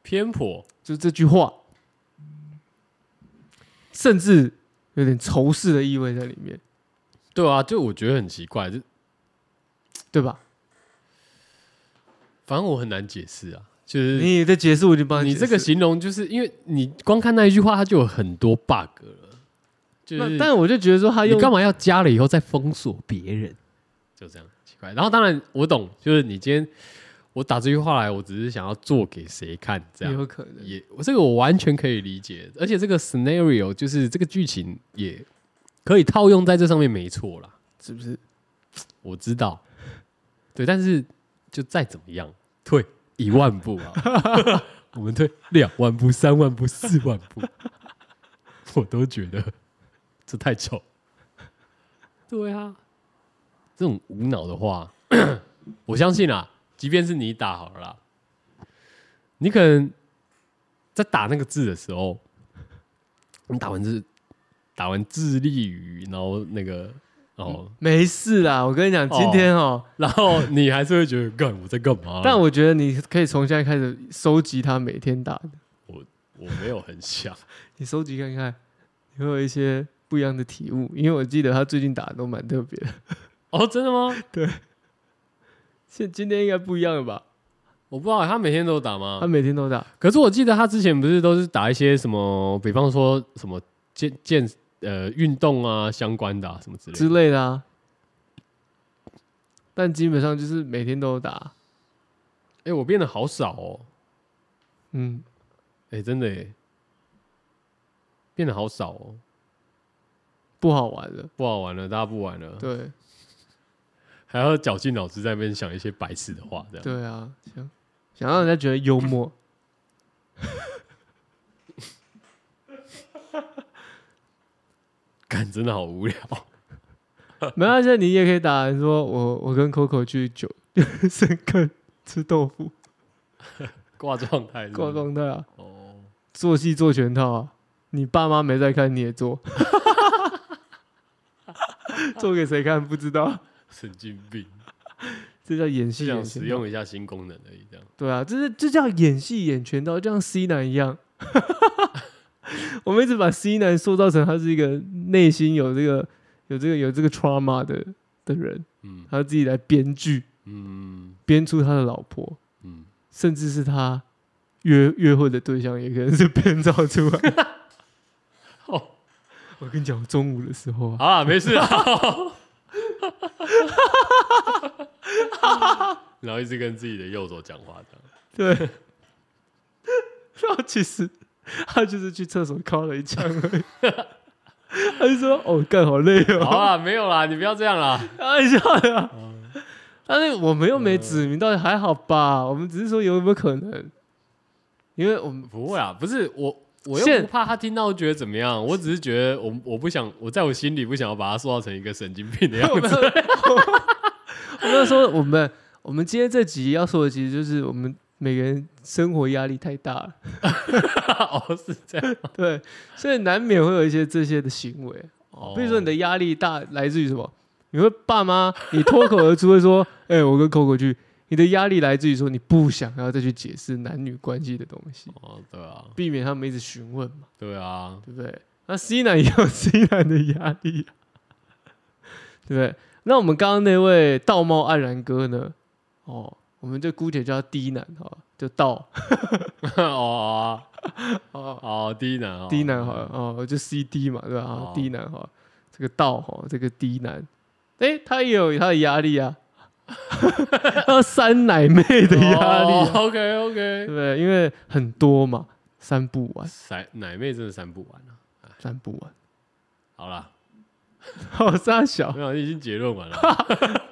A: 偏颇。
B: 就这句话，甚至有点仇视的意味在里面，
A: 对啊，就我觉得很奇怪，就
B: 对吧？
A: 反正我很难解释啊。就是
B: 你的解释我已经帮
A: 你
B: 解
A: 这个
B: 释
A: 形容，就是因为你光看那一句话，它就有很多 bug 了。就
B: 了，
A: 是
B: 那但我就觉得说他
A: 你
B: 用
A: 干嘛要加了以后再封锁别人？就这样奇怪。然后当然我懂，就是你今天我打这句话来，我只是想要做给谁看，这
B: 也
A: 样
B: 有可能，
A: 也我这个我完全可以理解，而且这个 scenario 就是这个剧情也可以套用在这上面，没错啦。
B: 是不是？
A: 我知道，对，但是就再怎么样，退一万步啊， *laughs* 我们退两万步、三万步、四万步， *laughs* 我都觉得这太丑。对啊，这种无脑的话， *clears throat* 我相信啊，即便是你打好了啦，你可能在打那个字的时候，你打完字，打完致力于，然后那个，哦。
B: 没事啦，我跟你讲，
A: 哦
B: 今天哦，
A: 然后你还是会觉得，干我在干嘛？
B: 但我觉得你可以从现在开始收集他每天打的，
A: 我没有很想，
B: 你收集看看，你会有一些不一样的体悟，因为我记得他最近打的都蛮特别的，
A: 哦，真的吗？ *laughs*
B: 现今天应该不一样了吧？
A: 我不知道他每天都有打
B: 他
A: 吗？
B: 每天都打，
A: 可是我记得他之前不是都是打一些什么，比方说什么健健呃运动啊相关的、啊、什么之类的。
B: 之类的啊。但基本上就是每天都有打，
A: 哎、我变得好少哦，
B: 嗯，
A: 哎、真的哎，变得好少哦，
B: 不好玩了。
A: 不好玩了，大家不玩了，
B: 对
A: 还要绞尽脑汁在那边想一些白痴的话，这样。
B: 对啊，想想让人家觉得
A: *laughs*
B: 幽默，
A: 感真的好无聊。 *laughs*
B: 没关系，你也可以打人说我我跟 Coco 去酒 *laughs* 深坑吃豆腐，
A: 挂状态是不
B: 逛
A: 是，
B: 逛的啊，
A: 哦，
B: 做戏做全套啊，你爸妈没在看你
A: *laughs*
B: 也做，做给谁看不知道，
A: 神经病，
B: 这叫演
A: 是
B: 戏
A: 想
B: 演全
A: 使
B: 套
A: 用一下新功能而已，这样。
B: 对啊，这是这叫演戏演全套，就像 C 男一样。 *laughs* 我们一直把 C 男塑造成他是一个内心有这个有这个有这个 trauma 的的人，
A: 嗯
B: 他自己来编剧
A: 嗯
B: 编出他的老婆，
A: 嗯，
B: 甚至是他约约会的对象，也可能是编造出 *laughs* 来。
A: 哦，
B: 我跟你讲，我中午的时候啊，
A: 好啦，
B: *laughs*
A: 没事啊。然后一直跟自己的右手讲话，这样。
B: 对，然后其实他就是去厕所敲了一枪而 *laughs* 已，他就说：“哦，干好累哦。”
A: 好啦，没有啦，你不要这样啦。
B: 开玩笑的啊、但是我们又没指名，到底还好吧？我们只是说有没有可能，因为我们
A: 不会啊，不是我，我又
B: 现
A: 不怕他听到觉得怎么样，我只是觉得我我不想，我在我心里不想要把他塑造成一个神经病的样
B: *laughs* 我
A: 子。
B: 们我们说我们我们今天这集要说的，其实就是我们每个人生活压力太大了，
A: 哦，是这样。
B: 对，所以难免会有一些这些的行为。
A: 哦
B: *laughs* 比如说你的压力大来自于什么？你会爸妈，你脱口而出会说：“哎、我跟 Coco 去。”你的压力来自于说你不想要再去解释男女关系的东西，
A: 哦，对啊，
B: 避免他们一直询问嘛。
A: 对啊， *laughs*
B: 对不对？那 C 男也有 C 男的压力、啊，对不对？那我们刚刚那位道貌岸然哥呢？哦，我们就姑且叫他 D 男好了，就道
A: 哦
B: 哦
A: 哦哦，第一男哦
B: D 男好了，哦，就 C D 嘛，对吧、啊
A: 哦
B: d 男好了，这个道哈，这个 D 男，哎，他也有他的压力啊， *laughs* 他有三奶妹 *laughs* 的压力啊、
A: OK
B: 对
A: OK，
B: 不对？因为很多嘛，三不完，
A: 奶奶妹真的删不完啊。
B: 三不 *laughs* 完，
A: 好啦，
B: 好傻小
A: 没，有，已经结论完
B: *laughs*
A: 了。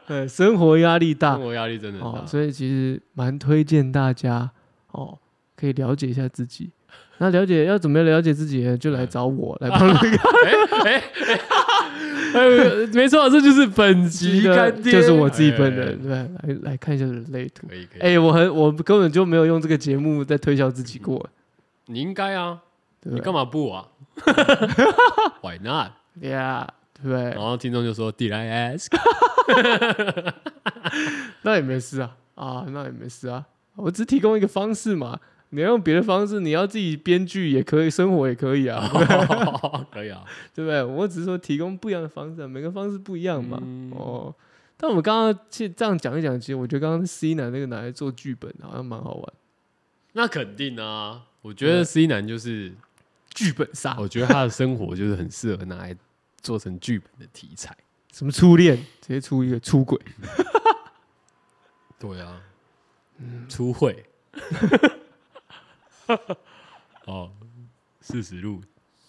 B: 对，生活压力大
A: 生，活压力真的很
B: 哦，
A: 大。
B: 所以其实蛮推荐大家哦，可以了解一下自己。那了解要怎么样了解自己呢？就来找我来帮你
A: 哎哎哎 *laughs* 哎，没错，这就是本集
B: 的
A: 干爹，
B: 就是我自己本人，
A: 哎。
B: 对，来来看一下人类图。
A: 可以可以，
B: 哎、我很我根本就没有用这个节目在推销自己过，
A: 你应该啊，
B: 对
A: 你
B: 不
A: 干
B: 对
A: 嘛不 *laughs* 啊？Why not？
B: ？Yeah，对不对
A: 然？后听众就说 Did I *laughs* ask？
B: 那也没事啊，啊，那也没事啊，我只提供一个方式嘛。你要用别的方式，你要自己编剧也可以，生活也可以啊，
A: 可以啊，
B: 对不对？我只是说提供不一样的方式啊，每个方式不一样嘛。
A: 嗯
B: 哦，但我们刚刚其实这样讲一讲，其实我觉得刚刚 C 男那个拿来做剧本好像蛮好玩，
A: 那肯定啊。我觉得 C 男就是，
B: 剧本杀，
A: 我觉得他的生活就是很适合拿来做成剧本的题材。
B: 什么初恋，直接出一个出轨，
A: 对啊，
B: 嗯
A: 出会。 *laughs* 哦，四十路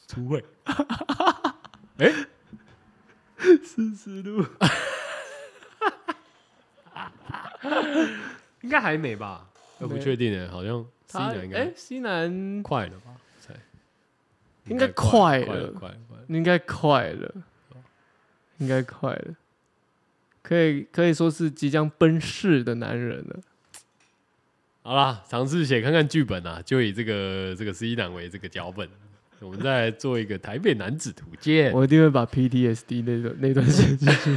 A: 出
B: *laughs*
A: 会。哎、
B: 四十路，
A: *laughs* 应该还没吧？我不
B: 没
A: 确定诶，好像 C
B: 他
A: 男应该
B: 哎，C 男
A: 快了吧？才
B: 应该
A: 快
B: 快
A: 快
B: 了
A: 快了快了。
B: 应该快了，应该快了，可以可以说是即将奔逝的男人了。
A: 好啦，尝试写看看剧本啊，就以这个这个 C 男为这个脚本，我们再来做一个台北男子图鉴。
B: 我一定会把 PTSD 那段那段写进去，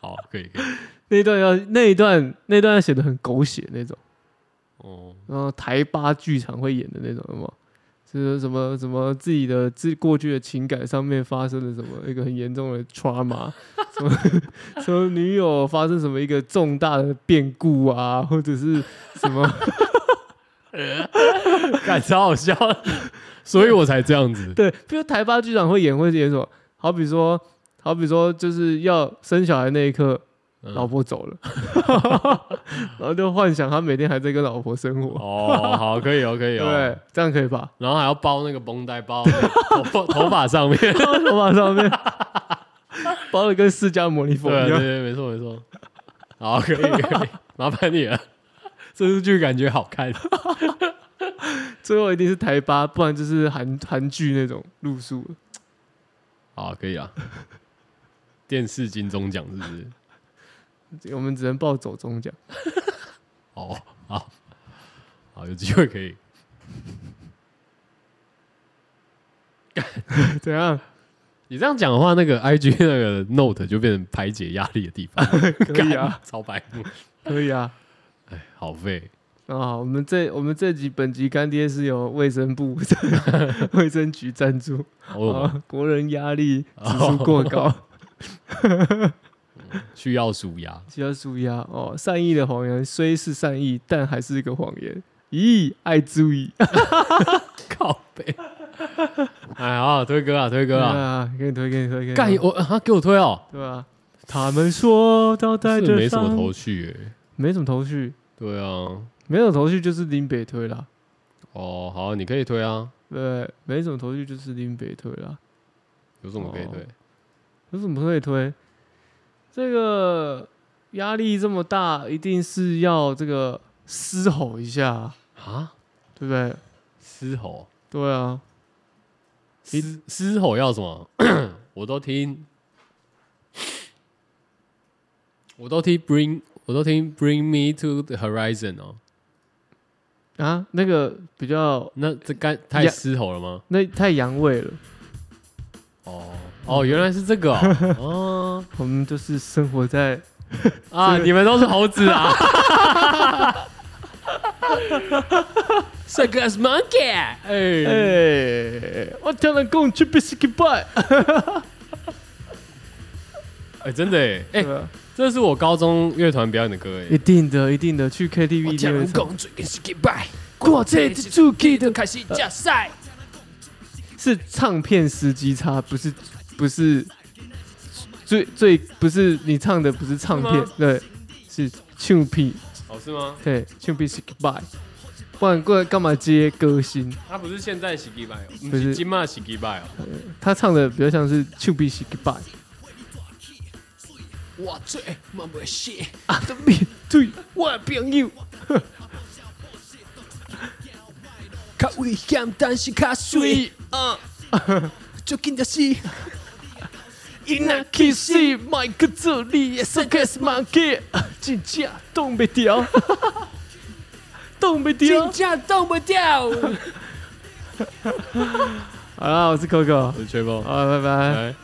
A: 好，可以可
B: *laughs*
A: 以。
B: 那段要那一段那段要写的很狗血那种。
A: 哦，
B: 然后台八剧场会演的那种，有没有？就是什么什么自己的自过去的情感上面发生了什么一个很严重的 trauma，什么什么女友发生什么一个重大的变故啊，或者是什么
A: 感超好笑的，所以我才这样子。
B: 对，比如台八剧场会演会演什么？好比说，好比说就是要生小孩那一刻，
A: 嗯
B: 老婆走了， *laughs* 然后就幻想他每天还在跟老婆生活，
A: 哦，好，可以哦，可以
B: 对
A: 哦
B: 不。对？这样可以吧？
A: 然后还要包那个绷带，包那个头 *laughs* 头发上面。对
B: 头发上面包的跟释迦牟尼佛一
A: 对
B: 样，
A: 对，没错没错。好，可以
B: *laughs*
A: 可以，麻烦你了。这部剧感觉好看，
B: 最后一定是台巴，不然就是韩韩剧那种路数。
A: 好，可以啊。电视金钟奖是不是？
B: 我们只能报走中奖。
A: 哦，好，好，有机会可以。
B: 怎样？
A: 你这样讲的话，那个 I G 那个 Note 就变成排解压力的地方，
B: *laughs* 可以啊，
A: 干，超白目，哎
B: 可以啊。
A: 好废。
B: 啊，我们这我们这集本集干爹是由卫生部卫生局赞助
A: 我有吗
B: 啊，国人压力指数过高，
A: 哦需要舒压，
B: 需要舒压哦。善意的谎言虽是善意，但还是一个谎言。咦，爱注意
A: 靠背。哎，好好推歌啊，推歌
B: 对
A: 啊，
B: *laughs* 啊，给你推，给你推，给你
A: 干
B: 推
A: 我啊，给我推哦，
B: 对吧？他们说到在
A: 是
B: 这
A: 没什么
B: 上
A: 头绪诶。
B: 没什么头绪，
A: 对啊，
B: 没有头绪就是林北推啦，
A: 哦，好，你可以推啊，
B: 对，没什么头绪就是林北推啦，
A: 有什么可以推？
B: 有什么可以推？这个压力这么大，一定是要这个嘶吼一下，
A: 啊，
B: 对不对？
A: 嘶吼，
B: 对啊，
A: 嘶嘶吼要什么？ *coughs* 我都听，我都听 Bring，我都听 Bring Me to the Horizon 哦。
B: 啊，那个比较
A: 那这该太
B: 呀
A: 嘶吼了吗？
B: 那太阳味了，
A: 哦哦，原来是这个哦
B: 我们就是生活在
A: 哦啊！
B: 这个
A: 你们都是猴子啊！
D: 这个 monkey，
B: 哎、
A: 哎，
B: 我跳了共去 b i s k i b y
A: 哎，真的哎，哎，
B: 哎，
A: 这是我高中乐团表演的歌
B: 一
A: 哎，
B: 定的，一定的，去 KTV
D: 我
B: 一
D: 叫
B: 定会
D: 人
B: 唱，
D: 讲最近是失败，我这一出去就开始食屎。
B: 是唱片时机差，不是不是最最不是你唱的不是唱片
A: 是，
B: 对，是唱片。
A: 哦是吗？
B: 对，唱必须 goodbye，不然过来干嘛接歌星？
A: 他不是现在洗鸡拜哦，不
B: 不
A: 是
B: 是
A: 金马洗鸡拜哦，
B: 他唱的比较像是唱必须 goodbye，
D: 我做嘛袂死，
B: 啊对面对
D: 我的朋友。较危险，但是较水。啊，最近就是，因若去死，
B: 麦克这里也是 kiss my kid，真正冻 *laughs* 不掉，冻不
D: 真
B: 掉。
D: 正挡不掉。
B: 好啦，我是 Coco，
A: 我是 t r
B: 好，拜拜。
A: 哎。